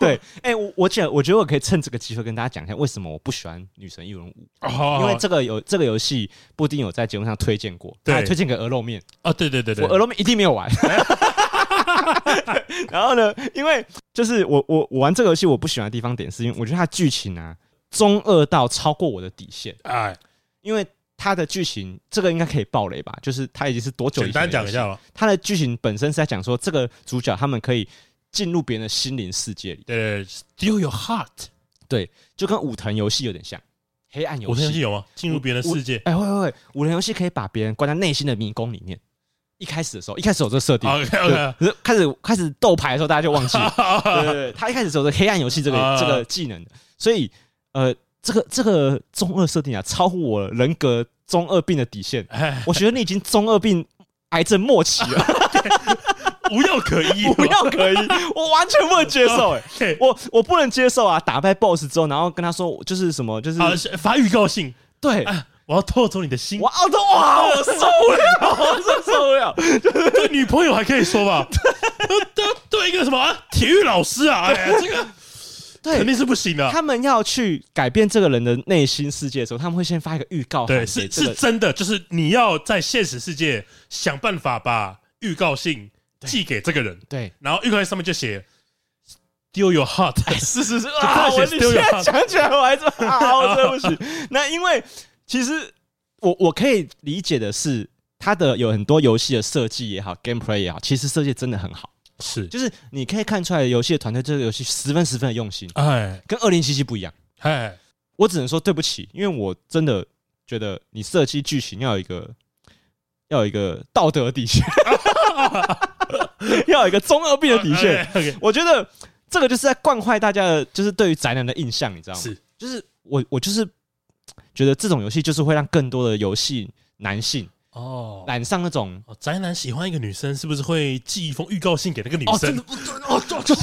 对，哎、我我觉得我觉得我可以趁这个机会跟大家讲一下，为什么我不喜欢《女神异闻录五》
哦
因为这个游这个游戏布丁有在节目上推荐过，
对
他还推荐给鹅肉面。
啊，对对对对，
我俄罗面一定没有玩。 [LAUGHS] 然后呢，因为就是我我我玩这个游戏我不喜欢的地方点是因为我觉得它的剧情啊中二到超过我的底线，
哎，
因为它的剧情这个应该可以爆雷吧？就是它已经是多久？
简单讲一下，吧。
它的剧情本身是在讲说这个主角他们可以进入别人的心灵世界里，
对，Steal Your Heart，
就跟武藤游戏有点像，黑暗游
我这游戏
戏。
有吗？进入别人的世界
哎，会会会，武藤游戏可以把别人关在内心的迷宫里面。一开始的时候，一开始有这个设定，
，OK
对
OK，
可是开始开始斗牌的时候，大家就忘记了。对对对，他一开始走的黑暗游戏这个、
啊
这个技能的，所以呃，这个这个中二设定啊，超乎我人格中二病的底线。
哎，
我觉得你已经中二病癌症末期了，
无药可医，
不要可以，我完全不能接受、哎，
OK，
我我不能接受啊！打败 BOSS 之后，然后跟他说就是什么，就是、
好，发预告性，
对。
我要偷走你的心
我，奥特哇！我受不了，我真受不了。
对女朋友还可以说吧？对对，一个什么啊体育老师啊，哎呀，这个肯
对
定是不行的。
[LAUGHS] 他们要去改变这个人的内心世界的时候，他们会先发一个预告
对，
函给
是
这
是
个
真的，就是你要在现实世界想办法把预告性寄给这个人，
[LAUGHS] 对，
然后预告信上面就写 “Steal Your Heart”，
是是是
大
啊！
写
我现
still 有
在想起来我还是 [LAUGHS] 啊，我真的不行。那因为其实我我可以理解的是，它的有很多游戏的设计也好，gameplay 也好，其实设计真的很好，
是，
就是你可以看出来游戏的团队这个游戏十分十分的用心，
哎
跟二零七七不一样。
哎，
我只能说对不起，因为我真的觉得你设计剧情要有一个要有一个道德底线， [LAUGHS] 要有一个中二病的底线。
OK，
我觉得这个就是在惯坏大家的，就是对于宅男的印象，你知道吗？
是，
就是我我就是觉得这种游戏就是会让更多的游戏男性
哦
染上那种
哦，宅男喜欢一个女生，是不是会寄一封预告信给那个女
哦，真
生
的？不准哦，就就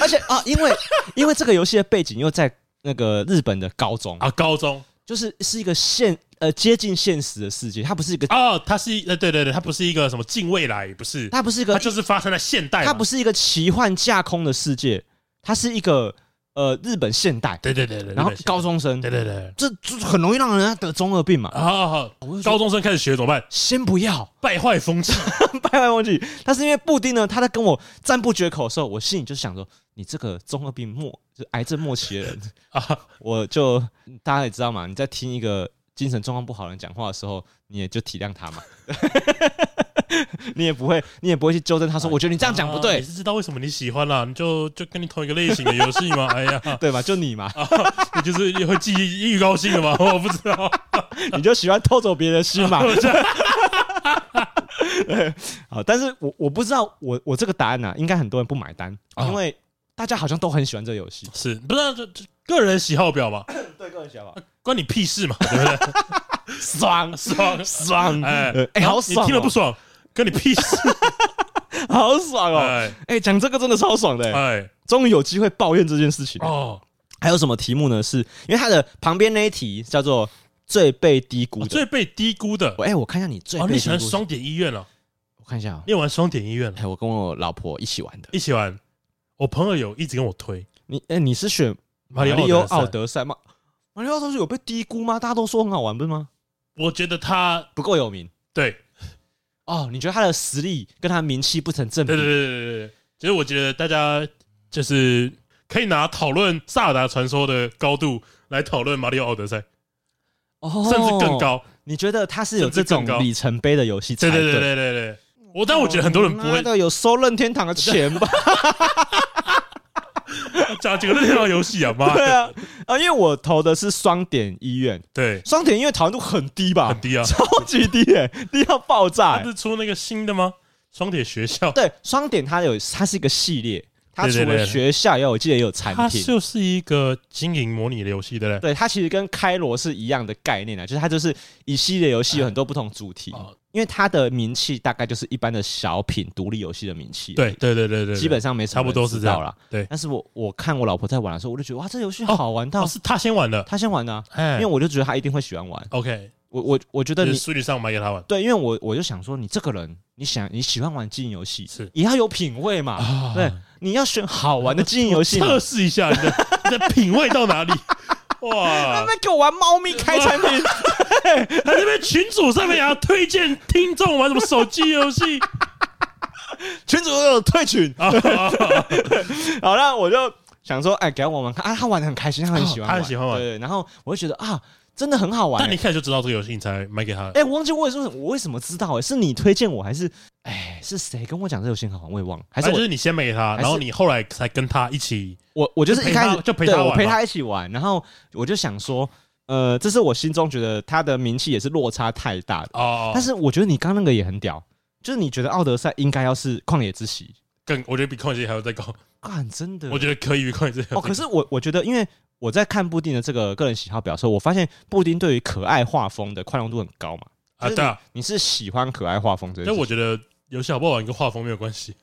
而且啊，因为因为这个游戏的背景又在那个日本的高中，
啊，高中
就是是一个现呃接近现实的世界，它不是一个
哦，他是一呃，对对对，他不是一个什么近未来，不是，
它不是一
他
个
就是发生在现代嘛，
它不是一个奇幻架空的世界，它是一个呃日本现代，
对对对对，
然后
日本现代
高，中生，
对对对，
这这很容易让人家得中二病嘛。
好好好，高中生开始学怎么办？
先不要 [LAUGHS]
败坏风气，
拜拜忘记，但是因为布丁呢，他在跟我赞不绝口的时候，我心里就想说，你这个中二病末就是癌症末期的人
[LAUGHS] 啊
我就大家也知道嘛，你在听一个精神状况不好的人讲话的时候，你也就体谅他嘛，
[LAUGHS]
[LAUGHS] 你也不会，你也不会去纠正他说，我觉得你这样讲不
啊你
对，
是知道为什么你喜欢啦？你就就跟你同一个类型的游戏吗？ [LAUGHS] 哎呀，
对吧？就你嘛，
你就是会记预告信的吗？ [LAUGHS] 我不知道。
你就喜欢偷走别人的
[LAUGHS]
心嘛。对好，但是我我不知道，我我这个答案呢、啊，应该很多人不买单，
啊
因为大家好像都很喜欢这个游戏，
是不是这这个人喜好表嘛？
对个人想法，
关你屁事嘛，对不对？
[LAUGHS] 爽
爽，
爽，
哎
哎、
然后
好爽哦、
你听了不爽，关你屁事，
好爽 [LAUGHS] 哦、
哎
哎、讲这个真的超爽的、
哎
终于有机会抱怨这件事情。
哦，
还有什么题目呢？是因为它的旁边那一题叫做最被低估
我
的。
哦啊最被低估的
哎、我看一下你最
哦，
被
你
低
喜
估
欢
的。
双点医院了？
我看一下、哦
你有玩双点医院了
哎、？我跟我老婆一起玩的。
一起玩，我朋友有一直跟我推
你哎、你是选
马
马里
里
奥
奥
奥
奥德赛，
德赛吗？马里奥奥德赛有被低估吗？大家都说很好玩，不是吗？
我觉得他
不够有名
对
哦。你觉得他的实力跟他的名气不成正比？
对对对对对对，其实我觉得大家就是可以拿讨论《萨尔达传说》的高度来讨论《马里奥奥德赛》，
哦
甚至更。高。
你觉得他是有这
甚至
种
更高
里程碑的游戏才哦
对对对对对对，我但我觉得很多人不
妈
会
的有收任天堂的钱
[LAUGHS]
吧？
讲几个任天堂游戏啊，妈
对
的，
啊， [LAUGHS] 啊，因为我投的是双点医院，
对，
双点医院讨论度很低吧？
很低啊。
超级低耶、低到爆炸
他 [LAUGHS]
欸、
是出那个新的吗？双铁学校，
对，双点它有，它是一个系列，它
对
除
对对
了学校以外，我记得也有产
它
品。
就是一个经营模拟的游戏，对不对？
[LAUGHS] 对，它其实跟开罗是一样的概念啊，就是它就是一系列游戏有很多不同主题
哦，
因为它的名气大概就是一般的小品独立游戏的名气，，啊
对对对对对，对
基本上没什么
差不多是这
到
样
了。。
对，
但是我我看我老婆在玩的时候，我就觉得哇，这游戏好玩到
哦，是他先玩的，
她先玩的啊，
哎，
因为我就觉得她一定会喜欢玩。
OK，
我我我觉得
就是
你
数据上买给他玩
对，因为我我就想说，你这个人，你想你喜欢玩经营游戏，
是
也要有品味嘛。
啊
对，你要选好玩的经营游戏嘛。
测试一下你的 [LAUGHS] 你的品味到哪
[LAUGHS]
里。
他
哇！
们给我玩猫咪开产品，
他这边群主上面也要推荐听众玩什么手机游
[LAUGHS]
戏
群主有退群。
啊？
[LAUGHS] 好，那我就想说，哎，给他玩玩看啊，他玩的很开心，他很喜欢玩，
哦他很喜欢玩
对，然后我就觉得啊，真的很好玩
但。你一开始就知道这个游戏，你才买给他的。
哎，我忘记我为什么我为什么知道哎，是你推荐我还是哎是谁跟我讲这游戏很好玩，我也忘了，还
还
是
是就
我
是你先买给他，
还是
然后你后来才跟他一起
我我就是
就陪
一开始
他就陪
对
他玩
我陪
嘛
他一起玩，然后我就想说，呃，这是我心中觉得他的名气也是落差太大的，
哦。
但是我觉得你刚那个也很屌，就是你觉得奥德赛应该要是旷野之息，
更，我觉得比旷野之息还要再高，
干真的，
我觉得可以比旷野之息还
哦，
要再
可
高。
是我我觉得，因为我在看布丁的这个个人喜好表的时候，我发现布丁对于可爱画风的宽容度很高嘛。
啊，
就是
对啊，
你是喜欢可爱画风这件
但
事
我
情
觉得游戏好不好玩跟画风没有关系。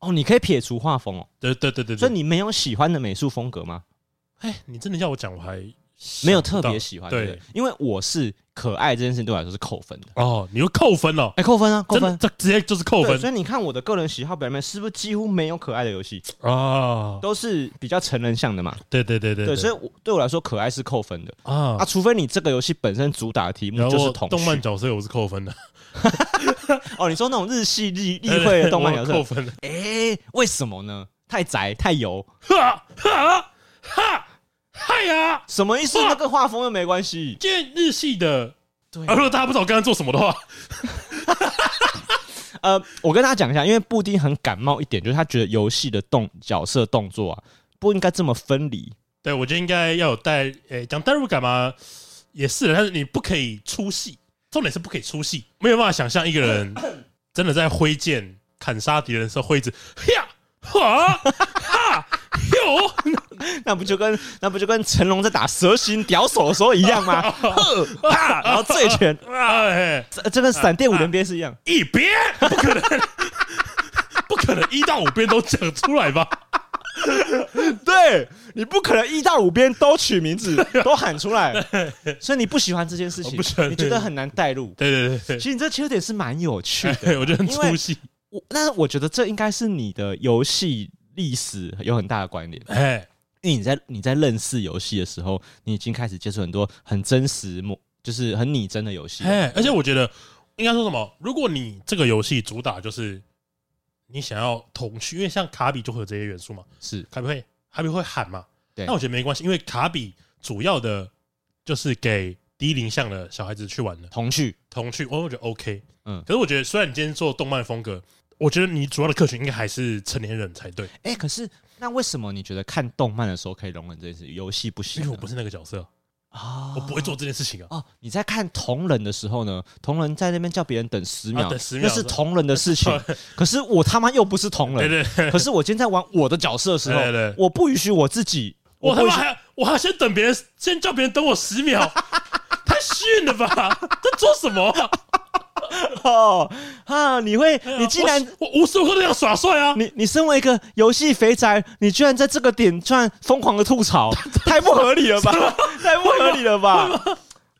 哦，你可以撇除画风哦，
对对对对，对
所以你没有喜欢的美术风格吗？
哎，你真的要我讲，我还想
没有特
不到
别喜欢，
对
对不对，因为我是可爱这件事情对我来说是扣分的，
哦，你又扣分了，
哎，扣分啊，扣
真的
分，
这直接就是扣
对
分
所以你看我的个人喜好表里面是不是几乎没有可爱的游戏，
啊！
都是比较成人向的嘛？
对对对对
对，所以我对我来说可爱是扣分的
啊
啊，，除非你这个游戏本身主打的题目
然
就是
后
童
动
趣
漫角色我是扣分
[LAUGHS]
的，
哦，你说那种日系立立绘的动漫角
[LAUGHS] 我
色
扣，分的，
哎、为什么呢？太宅太油，
哈哈哈嗨呀！
什么意思？
哇
那跟画风又没关系。
因为日系的，
对
啊，如果大家不知道我刚刚做什么的话，
呃，我跟大家讲一下，因为布丁很感冒一点，就是他觉得游戏的动角色动作啊，不应该这么分离。
对我觉得应该要有代，诶，讲代入感嘛，也是的，但是你不可以出戏，重点是不可以出戏，没有办法想象一个人真的在挥剑砍杀敌人的时候，会一直呀哇哈哟有，
那不就跟那不就跟成龙在打蛇形屌手的时候一样
[LAUGHS]
吗？呵啪，然后这一拳，
哎，
这这跟闪电五连鞭是一样。
一边不可能，不可能一到五边都讲出来吧？
对你不可能一到五边都取名字都喊
[LAUGHS]
出来，所以你不喜欢这件事
我
情
不喜，欢
你觉得很难带入。
对对对
其实你这缺点是蛮有趣
对，
的。
对我觉得很出戏。
我那我觉得这应该是你的游戏历史有很大的关联，
哎，
因为你在你在认识游戏的时候，你已经开始接触很多很真实模，就是很拟真的游戏。
哎，而且我觉得应该说什么？如果你这个游戏主打就是你想要童趣，因为像卡比就会有这些元素嘛，
是
卡比会卡比会喊嘛，
对
那我觉得没关系，因为卡比主要的就是给低龄向的小孩子去玩的
童趣，
童趣，我我觉得 OK。
嗯
可是我觉得虽然你今天做动漫风格，我觉得你主要的客群应该还是成年人才对，
哎、可是那为什么你觉得看动漫的时候可以容忍这件事，游戏不行
因
呢？
为我不是那个角色，
啊
我不会做这件事情啊。
哦，你在看同人的时候呢，同人在那边叫别人等十秒，
啊等10秒
那是同人的
[LAUGHS]
事情。可是我他妈又不是同
对
人，
对，对
可是我今天在玩我的角色的时候，
对对
我不允许我自己，
我
我
他妈
不允许
还要我还要先等别人，先叫别人等我十
[LAUGHS]
秒，太逊了吧？在做什么啊？
哦啊！你会， [LAUGHS] 你竟然。
哎我我无时无刻都想耍帅啊！
你你身为一个游戏肥宅，你居然在这个点居然疯狂的吐
[LAUGHS]
槽，太不合理了吧？太不合理了吧？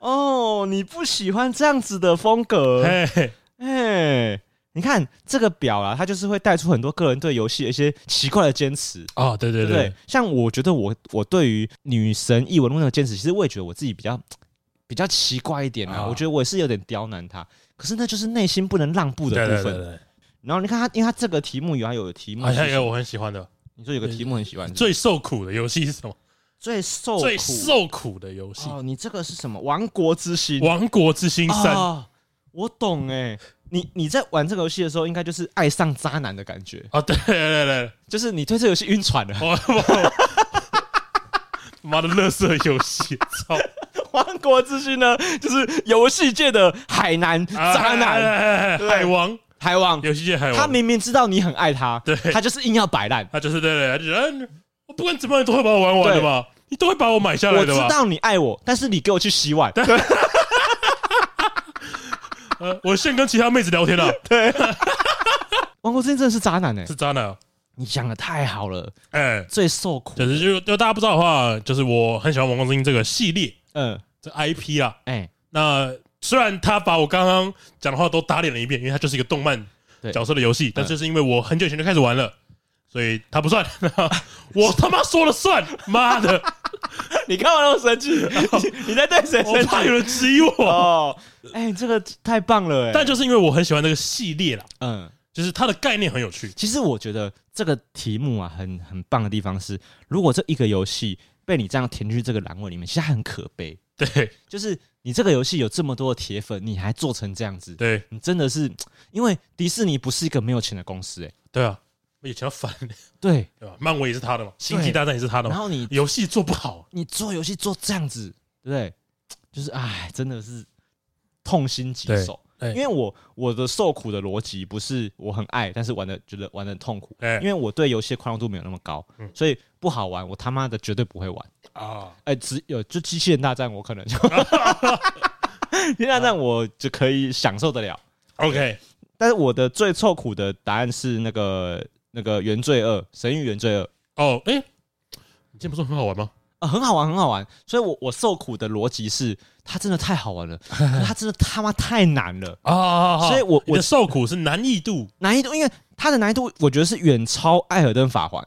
哦，你不喜欢这样子的风格，
哎，嘿
哎，你看这个表啊，它就是会带出很多个人对游戏的一些奇怪的坚持，
哦，对对
对不对，？像我觉得我我对于女神异闻录那个坚持，其实我也觉得我自己比较比较奇怪一点啊，
啊
我觉得我也是有点刁难她，可是那就是内心不能让步的
对
部
对对
分。
对
然后你看它，因为它这个题目有还有题目
好
是，
像一个我很喜欢的
你说有个题目很喜欢，最
最受苦的游戏是什么？
最受
最
苦
受苦的游戏，
哦，你这个是什么？亡国之心
《王国之心三》
啊我懂哎、你你在玩这个游戏的时候，应该就是爱上渣男的感觉，
啊，对对对对，
就是你对这个游戏晕船 [LAUGHS] 了。
我我妈的，乐色游戏，操！
王国之心呢，就是游戏界的海南
啊
渣
哎
男
男
对
海王，
海王，
游戏界海王，
他明明知道你很爱他，
对
他就是硬要摆烂。
他就是对对，他就觉得嗯我不管怎么样，你都会把我玩完的吧？你都会把我买下来
我
的
知
吧？
道你爱我，但是你给我去洗碗，
呃，我现跟其他妹子聊天了，
王国之心真的是渣男
[LAUGHS]
哎、
是渣男啊。
你讲的太好了，
哎，
最受苦。
就是就就大家不知道的话，就是我很喜欢《王光之心》这个系列，
嗯，
这 IP 啦。
哎，
那虽然他把我刚刚讲的话都打脸了一遍，因为他就是一个动漫
对
角色的游戏，但这是因为我很久以前就开始玩了，所以他不算， [LAUGHS] 我他妈说了算，妈
[LAUGHS]
的，
你干嘛那么生 [LAUGHS] 气？你你在对谁
我
生
怕有
气？
人质疑我。
哦，哎，这个太棒了哎、
但就是因为我很喜欢这个系列啦，
嗯。
就是它的概念很有趣， [LAUGHS]
其实我觉得这个题目啊，很很棒的地方是，如果这一个游戏被你这样填进去这个栏位里面，其实它很可悲。
对
就是你这个游戏有这么多的铁粉，你还做成这样子，
对
你真的是因为迪士尼不是一个没有钱的公司、欸，
对啊，我以前要烦，
对。
对吧？漫威也是他的嘛，星际大战也是他的
然
嘛，
后你
游戏做不好，
你做游戏做这样子，对不对？就是哎，真的是痛心疾首。
对
因为我我的受苦的逻辑不是我很爱，但是玩的觉得玩的痛苦，
哎
因为我对游戏的宽容度没有那么高，
嗯
所以不好玩，我他妈的绝对不会玩。
啊，
哎、只有就机器人大战，我
[LAUGHS]
可能就机器人大战我就可以享受得了。
OK，
但是我的最臭苦的答案是那个那个原罪二《神域原罪二》
哦，哎，你今天不是说很好玩吗？
啊，很好玩，很好玩。所以我我受苦的逻辑是，它真的太好玩了，可是它真的他妈太难了，
啊，
所以我
你的
我
受苦是难易度
难易度，因为它的难易度我觉得是远超《艾尔登法环》，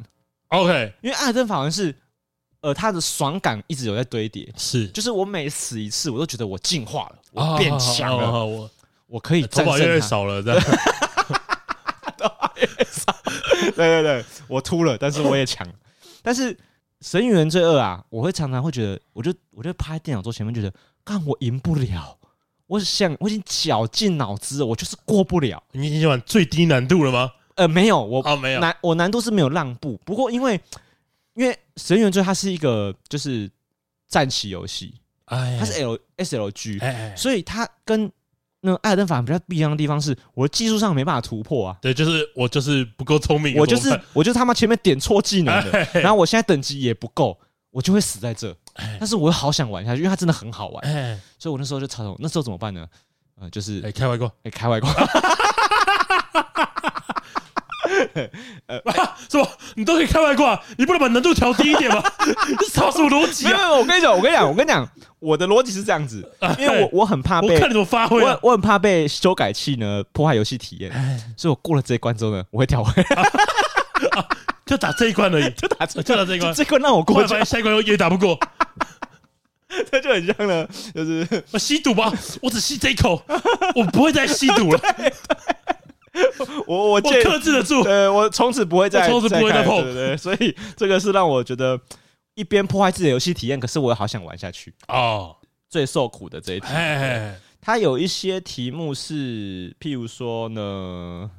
，OK，
因为《艾尔登法环》是呃它的爽感一直有在堆叠，
是
就是我每死一次，我都觉得我进化了，我变强
啊好好
了，
好我
我可以
头
战
发越来越
胜它。
少了，这样
对 [LAUGHS] 对对，我秃了，但是我也强。但是《神与人罪恶》啊，我会常常会觉得，我就我就趴在电脑桌前面，觉得干我赢不了，我想我已经绞尽脑汁了，我就是过不了。
你已经玩最低难度了吗？
呃，没有，我、
啊，没有，
难我难度是没有让步，不过因为因为《神与人罪》它是一个就是战棋游戏，
哎
它是 L S L G，
哎，哎
所以它跟那艾尔登法比较不一样的地方是，我技术上没办法突破啊，
对，就是我就是不够聪明，
我就
怎
是
么
我就他妈前面点错技能了，
办
然后我现在等级也不够，我就会死在这。
哎
但是我又好想玩下去，因为它真的很好玩，
哎
所以我那时候就超那时候怎么办呢？呃，就是
哎，开外挂， [LAUGHS]
哎开外挂，
是吧？你都可以开外挂，你不能把难度调低一点吗？ [LAUGHS] 这是什么逻辑
没有，
啊？
没有我跟你讲，我跟你 [LAUGHS] 讲，我跟你讲，我的逻辑是这样子，因为我我很怕
我
被
看你怎么发挥啊
我！我很怕被修改器呢破坏游戏体验，所以我过了这一关之后呢，我会跳回来
就打这一关 [LAUGHS] 而已，
就打这
就打这一关
就这关让我
突
过
然
去
[LAUGHS] 发，现下一关又也打不过，
这就很像呢，就是
我吸毒吧，我只吸这一口，我不会再吸 [LAUGHS] 毒了，
我我
我
戒，
克制得 [LAUGHS] 住。
呃，我从此不会再，
我从此不会再
再
碰
看对对对，所以这个是让我觉得一边破坏自己的游戏体验，可是我也好想玩下去。
哦，
最受苦的这一题，
哎，
它有一些题目是，譬如说呢，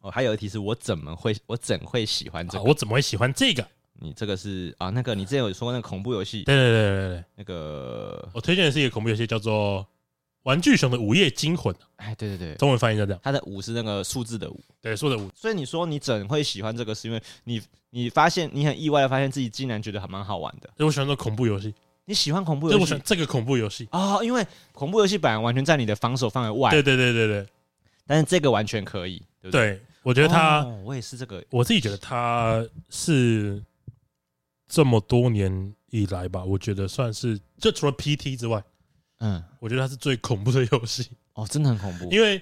哦，还有一题是我怎么会，我怎会喜欢这
啊
个？
我怎么会喜欢这个？
你这个是啊，那个你之前有说过那个恐怖游戏，
对对对对对对，
那个
我推荐的是一个恐怖游戏，叫做《玩具熊的午夜惊魂》，啊
哎，对对对，
中文翻译叫这样。
它的五是那个数字的五，
对，说的午
所以你说你怎会喜欢这个，是因为你你发现你很意外的发现自己竟然觉得还蛮好玩的，
所以我喜欢这种恐怖游戏，
你喜欢恐怖
就是
游
我喜
戏
欢这个恐怖游戏。
哦，因为恐怖游戏本来完全在你的防守范围外，
对对对对对
但是这个完全可以，对不对？
哎对，哦我
我
觉得它，
我也是这个，
我自己觉得它是这么多年以来吧，我觉得算是就除了 PT 之外，
嗯，
我觉得它是最恐怖的游戏，
哦，真的很恐怖，
因为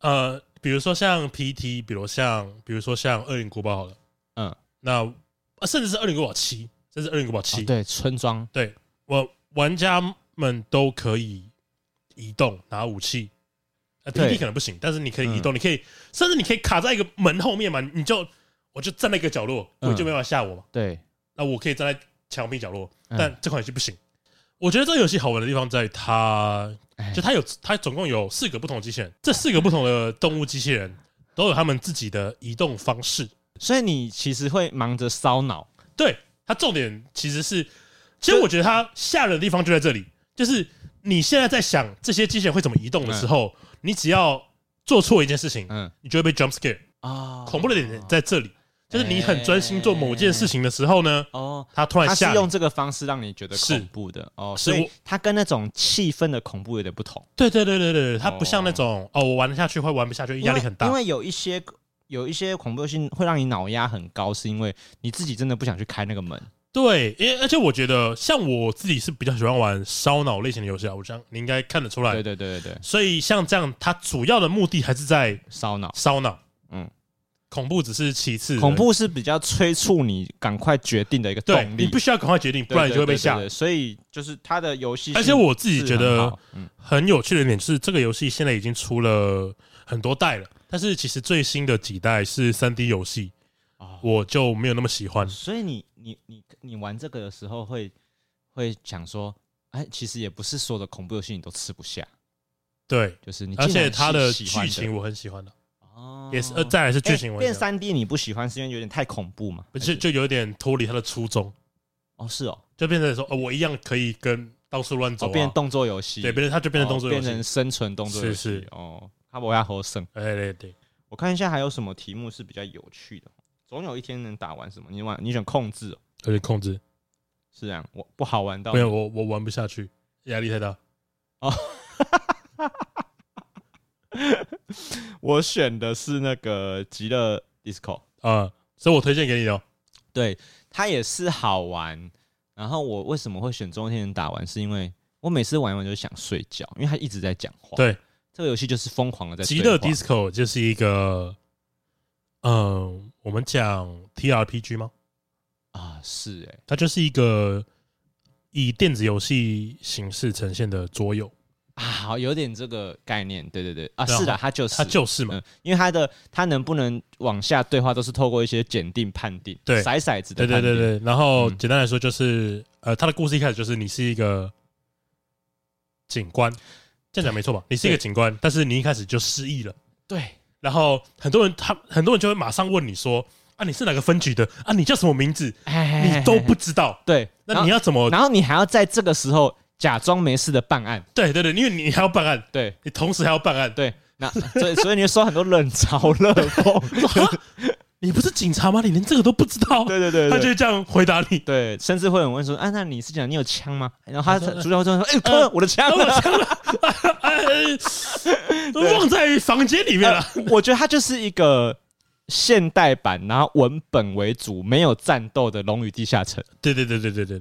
呃，比如说像 PT，比如像比如说像《恶灵古堡》好了，
嗯，
那啊甚至是《恶灵古堡七》，甚至《恶灵古堡七
哦》，对村庄，
我玩家们都可以移动拿武器。呃
对嗯
，PT 可能不行，但是你可以移动，你可以甚至你可以卡在一个门后面嘛，你就我就站在一个角落，
嗯
我就没办法吓我嘛。
对，
那我可以站在墙壁角落，
嗯
但这款游戏不行。我觉得这个游戏好玩的地方在于它，
哎
就它有它总共有四个不同的机器人，这四个不同的动物机器人都有他们自己的移动方式。
所以你其实会忙着烧脑，
对，它重点其实是，其实我觉得它吓人的地方就在这里，就是你现在在想这些机器人会怎么移动的时候，你只要做错一件事情，
嗯哦
你就会被 jump scare。
啊
恐怖的点在这里，就是你很专心做某件事情的时候呢，
哦，
它突然
它是
吓
用
你。
这个方式让你觉得
是
恐怖的哦，
是
所以
我
它跟那种气氛的恐怖有点不同，
对对对对对，对它不像那种哦，我玩得下去会玩不下去，压力很
因
大。
为因为有一些有一些恐怖游戏会让你脑压很高，是因为你自己真的不想去开那个门。
对，因为而且我觉得，像我自己是比较喜欢玩烧脑类型的游戏啊，我想你应该看得出
对
来。
对对对对，
所以像这样，它主要的目的还是在
烧脑。
烧脑，
嗯
嗯，恐怖只是其次，
恐怖是比较催促你赶快决定的一个
对
动力，
你不需要赶快决定，
对
不然你就会被
对
吓
对。对对所以就是它的游戏性
而
是很好，
且我自己觉得
嗯，
很有趣的一点是，这个游戏现在已经出了很多代了，但是其实最新的几代是三 D 游戏，
哦
我就没有那么喜欢。
所以你你你你玩这个的时候会会想说，哎，其实也不是所有的恐怖游戏你都吃不下，
对，
就是你
而
竟然
且它的
是喜欢
剧
的
情我很喜欢的，
哦
也是呃，再来是剧情
哎
我很
变
喜欢，
三 D 你不喜欢是因为有点太恐怖嘛？
不
还
是就有点脱离它的初衷，
哦是哦，
就变成说，呃，我一样可以跟到处乱
哦
走啊，
变成动作游戏，
对，变成它就变成动作游
哦变成
戏，
生存动作游戏
是是
哦。哈伯亚侯胜，
哎对对，
我看一下还有什么题目是比较有趣的，哦总有一天能打完什么？你玩你选控制、哦，
有点控制，
是这样，我不好玩到
没有我我玩不下去，压力太大。
我选的是那个极乐 disco，
啊，所以我推荐给你哦。
对，它也是好玩。然后我为什么会选中天能打完，是因为我每次玩一玩就想睡觉，因为它一直在讲话。
对，
这个游戏就是疯狂的在
极
对
乐
话
disco 就是一个，嗯，我们讲 TRPG 吗？
啊，是哎、
它就是一个以电子游戏形式呈现的桌游，
啊，好，有点这个概念，对对对，啊，
然后
是的，它就是
它就是嘛。
嗯，因为它的它能不能往下对话，都是透过一些检定判定，
对
骰骰子的
对
判定，
对对对，然后
嗯
简单来说就是，呃，它的故事一开始就是你是一个警官，这样讲没错吧？你是一个
对
警官，但是你一开始就失忆了。
对
然后很多人他很多人就会马上问你说啊你是哪个分局的
[LAUGHS]
啊你叫什么名字
哎，
你都不知道，
对，
那你
要， [LAUGHS]
要怎么
然后你还要在这个时候假装没事的办案，
对对对，因为你还要办案，
对
你同时还要办案。
对，那
[LAUGHS]
所以所以你会收很多冷嘲热讽， [LAUGHS]
你不是警察吗？你连这个都不知道？
对对对
他就
对
会这样回答
[LAUGHS]
你。
对，甚至会有人问说，啊，那你是讲你有枪吗？然后他
他说
主角会说，哎，看到我的枪
然后
了
我。枪了，哎都忘在房间里面
[LAUGHS]
了。
我觉得它就是一个现代版，然后文本为主，没有战斗的《龙与地下城》。
对对对对对对，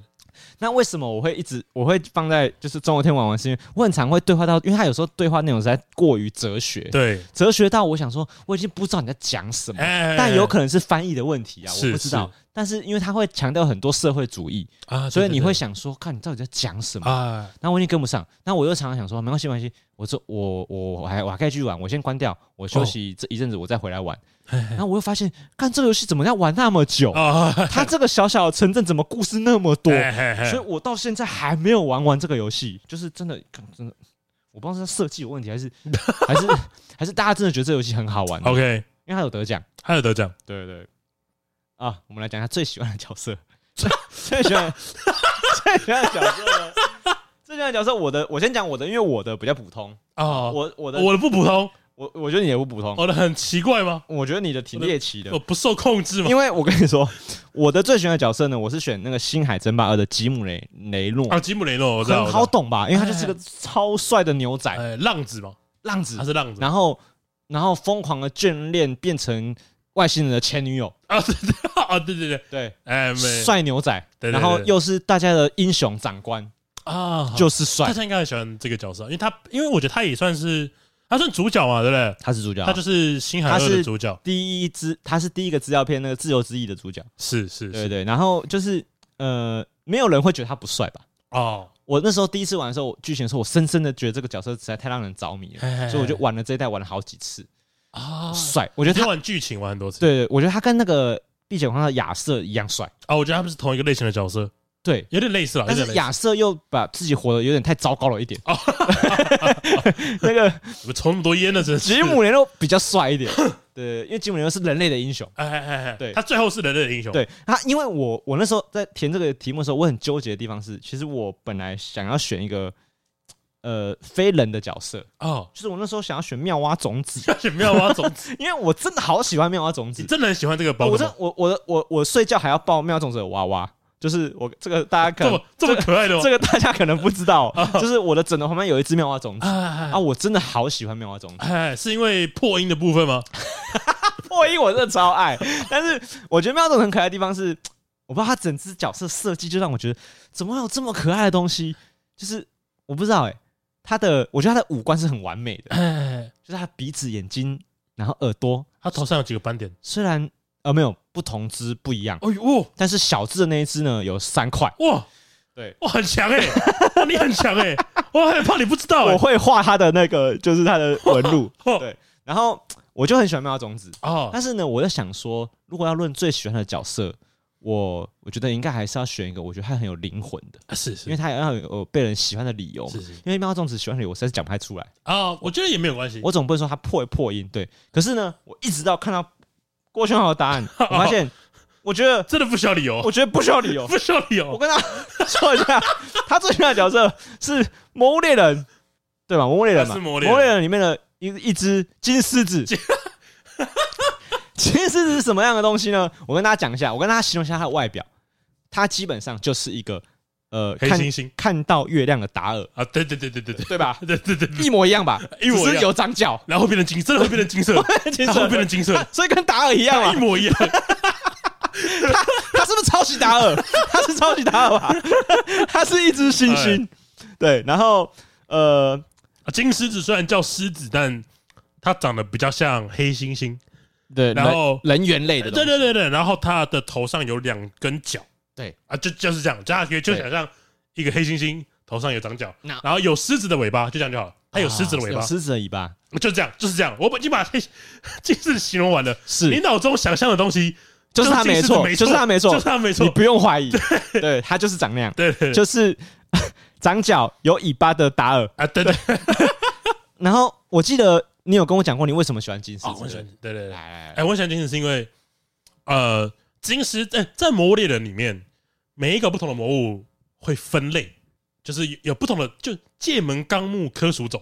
那为什么我会一直我会放在就是中国天网王，是因为我很常会对话到，因为他有时候对话内容实在过于哲学，
对，
哲学到我想说我已经不知道你在讲什么，
哎
但有可能是翻译的问题啊，我
是
不知道
是。
但是因为他会强调很多社会主义，
啊，
所以
对
你会想说，看你到底在讲什
对
么
对？啊，
那我已经跟不上，那我又常常想说，没关系，没关系，我这我我我还我还可以继续玩，我先关掉，我休息这一阵子，我再回来玩。
哎
然后我又发现，看这个游戏怎么要玩那么久？
啊，
它这个小小的城镇怎么故事那么多？
哎哎哎
所以我到现在还没有玩完这个游戏，就是真的干真的，我不知道是它设计有问题，还是还是 [LAUGHS] 还是大家真的觉得这游戏很好玩，
OK，
因为它有得奖。
还有得奖，
对对啊，我们来讲一下最喜欢的角色， [LAUGHS] 最喜欢 [LAUGHS] 最喜欢的角色呢？最喜欢的角色，我的我先讲我的，因为我的比较普通，
哦，
我我哦的
我的不普通，
我我觉得你也不普通，
我的很奇怪吗？
我觉得你的挺猎奇的
我，不受控制吗？
因为我跟你说，我的最喜欢的角色呢，我是选那个《星海争霸二》的吉姆雷雷诺，
啊，吉姆雷诺，我知道，
很好
我知
懂吧？因为他就是个超帅的牛
道，
仔
哎，浪子嘛，
浪
他
子，
是浪子
然后然后疯狂的眷恋变成外星人的前女友，
啊，对对 [LAUGHS] 啊，对对对，
对，
哎，没
帅牛仔，
对对
然后
对
又是大家的英雄长官，
啊，好
就是
大
帅，
家应该很喜欢这个角色，因为他，因为我觉得他也算是他算主角嘛，对不对？
他是主角啊，
他就是《星海二》
他
的
是
主角，
第一支，他是第一个资料片那个自由之翼的主角，
是是
对
是，
对，然后就是呃，没有人会觉得他不帅吧？
哦，
我那时候第一次玩的时候，我剧情的时候，我深深的觉得这个角色实在太让人着迷了，所以我就玩了这一代玩了好几次，
啊，
帅，我觉
我
得他，
玩剧情玩很多次，
对，我觉得他跟那个碧血狂的亚瑟一样帅，
啊，我觉得他们是同一个类型的角色，
对。
有点类似了，有
但
点类
是
似哦
亚瑟又把自己活得有点太糟糕了一点。
[LAUGHS]
那个
我抽那么多烟的，真是
吉姆，雷诺比较帅一点， [LAUGHS] 对，因为吉姆雷诺是人类的英雄。
哎哎哎哎，
对
他最后是人类的英雄，
对他，因为我我那时候在填这个题目的时候，我很纠结的地方是，其实我本来想要选一个呃非人的角色，
哦，
就是我那时候想要选妙蛙种
[LAUGHS]
子，
要选妙蛙种子，
因为我真的好喜欢妙蛙种
你
子，
真的很喜欢这个宝
我
可
真
梦，
我我的我我睡觉还要抱妙蛙种子的娃娃，就是我这个大家可
这
能
么这么可爱的吗哦
这？个大家可能不
[LAUGHS]
知道，就是我的枕头旁边有一只妙蛙种子。
哎
啊，我真的好喜欢妙蛙种子，
哎，是因为破音的部分吗？
破音我真的超爱。但是我觉得妙总很可爱的地方是，我不知道他整只角色设计就让我觉得，怎么会有这么可爱的东西？就是我不知道哎、他的我觉得他的五官是很完美的， [CLEARS THROAT]
哎，
就是他的鼻子、眼睛，然后耳朵，
他头上有几个斑点？
虽然呃没有不同只不一样，
哎呦
但是小只的那一只呢有三块。
哇，
对，
哇，很强哎，你很强哎，我害怕你不知道
我
哎，
会画他的那个就是他的纹路， [LAUGHS]
哦
对，然后我就很喜欢妙蛙种子，
哦
但是呢，我在想说，如果要论最喜欢的角色，我我觉得应该还是要选一个我觉得他很有灵魂的，
是
因为
是
他要有被人喜欢的理由嘛
是。是
因为喵粽子喜欢的理由，我实在是讲不太出来，
啊，我觉得也没有关系，
我总不能说他破也破音对。可是呢，我一直到看到郭轩豪的答案，我发现，我觉得
真的不需要理由
我，觉得不需要理由。
不需要理
我
由，
跟他 [LAUGHS] 说一下，他最喜欢的角色是《魔物猎人》，对吧？《魔物猎人》嘛，
他
《
是魔
魔
物
物
猎人
猎人》里面的一一只金狮子。金狮子是什么样的东西呢？我跟大家讲一下，我跟大家形容一下它的外表。它基本上就是一个呃，
黑
看
猩猩
看到月亮的达尔，
啊，对对对对对对？
对吧
对对对对，
一模一样吧？
[LAUGHS] 一模一样
只是有长角，
然后变成金，真的会变成金色的，
金
它会
色
变成金色的，
所以跟达尔一样嘛
一。模一样，
他是不是抄袭达尔？他是抄袭达尔吧？ [LAUGHS] 他是一只猩猩，
哎
对。然后呃，
啊金狮子虽然叫狮子，但它长得比较像黑猩猩。
对，
然后
人人猿类的
对
东
对
西，
对对，然后它的头上有两根角。
对
啊，就就是这样，就大家可以就
对
想象一个黑猩猩头上有长角，
那
然后有狮子的尾巴，就这样就好了。它有狮子的尾
啊
巴啊
有，狮子的尾巴，
就这样，就是这样。我已经把黑金狮子形容完了，你
是，
脑中想象的东西
就是它没错，
就
就是是它没错，
就是它没
你
错。
不用怀疑，对，它就是长那样，
对对对，
就是 [LAUGHS] 长角有尾巴的达尔。
啊，对对
然后我记得你有跟我讲过，你为什么哦喜欢金狮
啊，
子？
我喜欢，对对对
来，来来
哎，我喜欢金狮是因为，呃，金狮在在魔物猎人里面，每一个不同的魔物会分类，就是有有不同的，就界门纲目科属
[LAUGHS]
种，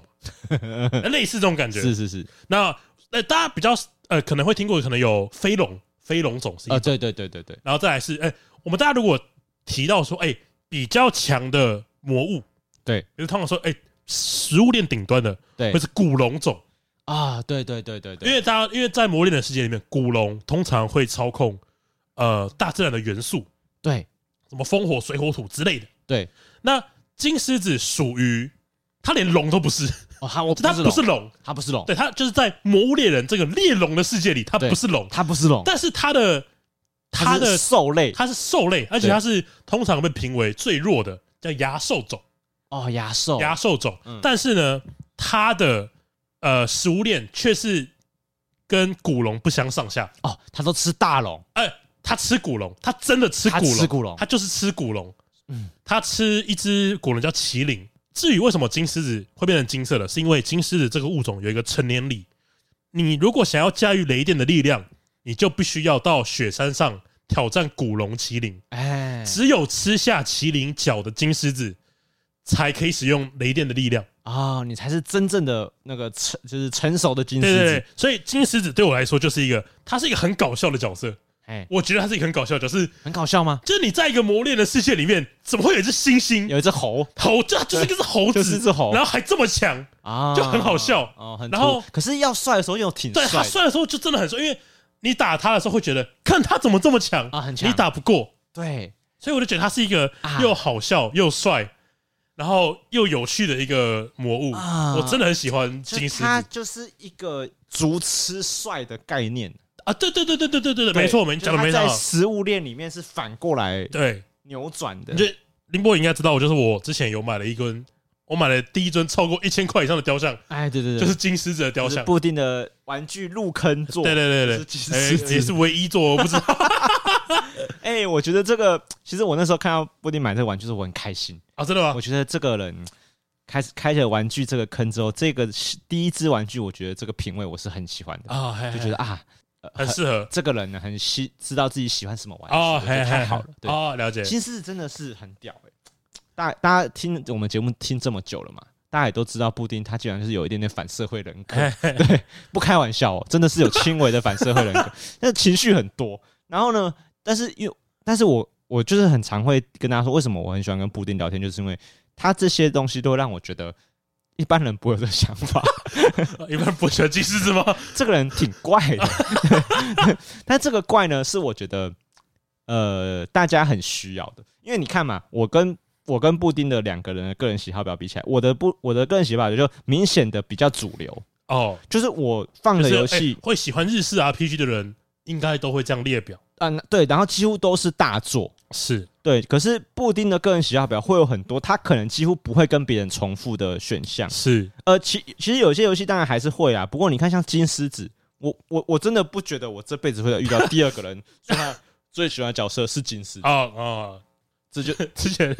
类似这种感觉。
是是是，
那呃，大家比较呃可能会听过，可能有飞龙，飞龙种是一
啊，
种，
对对对对对，
然后再来是哎、我们大家如果提到说哎、比较强的魔物，
对
比如通常说哎、食物链顶端的
对
会是古龙种，
啊，对对对对对，
因为大家因为在魔炼的世界里面，古龙通常会操控呃大自然的元素，
对
什么风火水火土之类的。
对
那金狮子属于它连龙都不是，
哦，他我
就它不是
龙，
龙，
他不是龙，
对，它就是在魔物猎人这个猎龙的世界里，它
对
不是龙，
他不是龙，
但是它的它
他
的
是兽类
它是兽类，而且它是通常被评为最弱的，叫牙兽种，
哦，牙兽，
牙兽种
嗯。
但是呢，它的呃食物链却是跟古龙不相上下。
哦，他都吃大龙，
哎，它吃古龙，它真的吃
它
古龙，
吃古龙
它就是吃古龙。
嗯
它吃一只古龙叫麒麟。至于为什么金狮子会变成金色的，是因为金狮子这个物种有一个成年礼。你如果想要驾驭雷电的力量，你就必须要到雪山上挑战古龙麒麟。
哎，
只有吃下麒麟角的金狮子，才可以使用雷电的力量。
哦，你才是真正的那个成，就是成熟的金
对对
狮
对
子，，
所以金狮子对我来说就是一个，它是一个很搞笑的角色。
哎，
我觉得它是一个很搞笑的角色，
很搞笑吗？
就是你在一个磨练的世界里面，怎么会有一只猩猩？
有一只猴
猴就它就是一只猴子，
就是一只猴
然后还这么强。
啊，
就很好笑
哦，很
然后
突兀可是要帅的时候又挺
对，它
帅的，
摔的时候就真的很帅，因为你打它的时候会觉得，看它怎么这么强
啊很强
你打不过，
对
所以我就觉得它是一个
啊
又好笑又帅，然后又有趣的一个魔物。
啊
我真的很喜欢
就
金狮子
他。就是一个足吃帅的概念，
啊，对对对对对对对对，没错，我们
就
讲的
它
没
在
错。
食物链里面是反过来
对，
扭转的
你，觉得林波应该知道，我就是我之前有买了一根，我买了第一尊超过一千块以上的雕像，
哎，对对对，
就是金狮子的雕
就是
像。
固定的玩具入坑做，
对对对对
就是金，
哎
狮子
也是唯一做，我不知
[LAUGHS]
道
哎、我觉得这个，其实我那时候看到布丁买这个玩具，是我很开心。
啊，真的吗
我？觉得这个人开始开了玩具这个坑之后，这个是第一只玩具，我觉得这个品味我是很喜欢的，
啊，嘿嘿
就觉得啊，
很适合
这个人呢很喜知道自己喜欢什么玩具，
哦，
我觉
嘿
得
嘿
太好了。对，
哦，了解。
金狮子真的是很屌哎、大大家听我们节目听这么久了嘛，大家也都知道布丁他竟然就是有一点点反社会人格，对，不开玩笑哦，真的是有轻微的反社会人格，但是情绪很多。然后呢，但是因为但是我我就是很常会跟大家说，为什么我很喜欢跟布丁聊天，就是因为他这些东西都会让我觉得。一般人不会有这个想法，
哦一般不喜欢金狮子
[LAUGHS]
吗？
这个人挺怪的， [LAUGHS] 但这个怪呢，是我觉得呃大家很需要的，因为你看嘛，我跟我跟布丁的两个人的个人喜好表比起来，我的不我的个人喜好表就明显的比较主流，
哦，
就是我放
就
的
是
游
哎
戏
会喜欢日式 RPG 的人，应该都会这样列表。
啊、那对，然后几乎都是大作。
是
对，可是布丁的个人喜好表会有很多，他可能几乎不会跟别人重复的选项。
是，
呃，其其实有些游戏当然还是会啊，不过你看像金狮子，我我我真的不觉得我这辈子会遇到第二个人 [LAUGHS] 说他最喜欢的角色是金狮子，
哦哦，
这就
[LAUGHS] 之前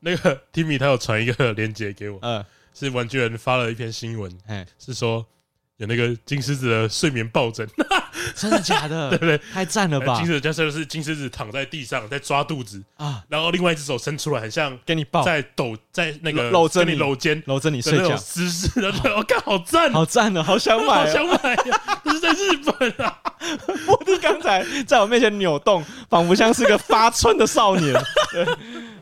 那个 Timmy 他有传一个链接给我，
呃，
是玩具人发了一篇新闻，
哎，
是说有那个金狮子的睡眠抱枕，
[LAUGHS] 真的假 [LAUGHS] 的？
对不对？
太赞了
呃 [LAUGHS]
吧
金！狮子就是金狮子躺在地上在抓肚子，
啊，
然后另外一只手伸出来，很像
给你抱，
在抖在那个
搂搂着
跟你
你
搂肩
搂着你
的那
睡
种
觉，
姿势，然后
[LAUGHS]
觉得我看好赞哦，
好赞的，好想
好
买哦。
想买呀！这是在日本
[LAUGHS]
啊，
我弟刚才在我面前扭动，仿佛像是个发春的少年。 [LAUGHS] 对，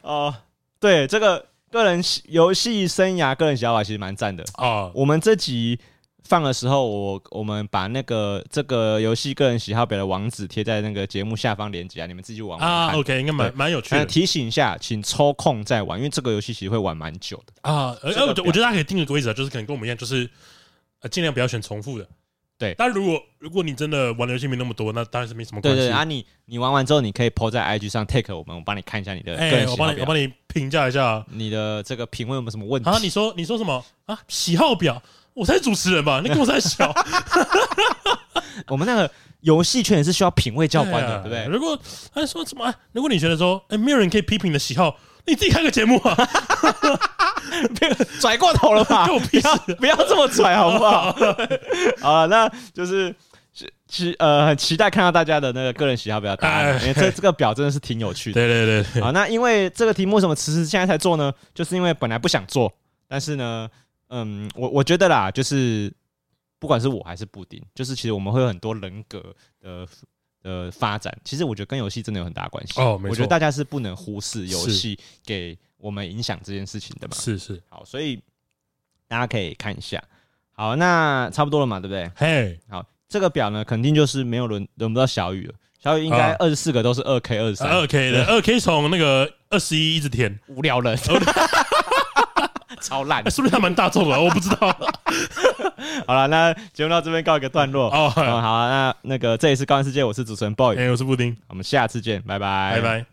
哦，对，这个个人喜游戏生涯个人想法其实蛮赞的。
哦，
我们这集放的时候，我我们把那个这个游戏个人喜好表的网址贴在那个节目下方链接啊，你们自己去玩玩
啊
看。
，OK，应该蛮
对
蛮有趣
呃，
的
提醒一下，请抽空再玩，因为这个游戏其实会玩蛮久的。
啊。而
这
而我觉
个
得
表
我觉得大家可以定一个规则，就是可能跟我们一样，就是呃尽量不要选重复的。
对
但如果如果你真的玩的游戏没那么多，那当然是没什么
对
关
对
系
对。啊你，你玩完之后，你可以 PO 在 IG 上 take 我们，我帮你看一下你的个
哎，
人
我
喜
帮
好
你我
表，
帮你评价一下啊
你的这个评论有没有什么问题？
啊。你说你说什么啊？喜好表，我才是主持人吧？你跟我在小。
我们那个游戏圈也是需要品味教官的，对不
啊
对？
如果他说什么，哎如果你觉得说，哎，没有人可以批评你的喜好，你自己开个节目
[LAUGHS]
啊，
拽过头了吧？
[LAUGHS] 关我屁事 [LAUGHS]
不要这么拽好不好？好了，那就是期呃很期待看到大家的那个个人喜好表达案，
哎
因为这这个表真的是挺有趣的。
对对对对，
好，那因为这个题目为什么迟迟现在才做呢？就是因为本来不想做，但是呢，嗯，我我觉得啦，就是不管是我还是布丁，就是其实我们会有很多人格的呃发展，其实我觉得跟游戏真的有很大关系。
哦没错
我觉得大家是不能忽视游
是
戏给我们影响这件事情的嘛。
是是，
好，所以大家可以看一下。好，那差不多了嘛，对不对？
嘿，
好，这个表呢，肯定就是没有轮轮不到小雨了。小雨应该
啊
二十四个都是二 K 二三，
二 K 啊
[LAUGHS]
的二 K 从那个二十一一直填，
无聊
哦
人， [LAUGHS] 超烂
哎。是不是还蛮大众的？我不知
[LAUGHS]
道
好了，那节目到这边告一个段落。
哦。
嗯好啊，那那个这里是高玩世界，我是主持人 boy，
哎，我是布丁，
我们下次见，拜
拜
拜，
拜。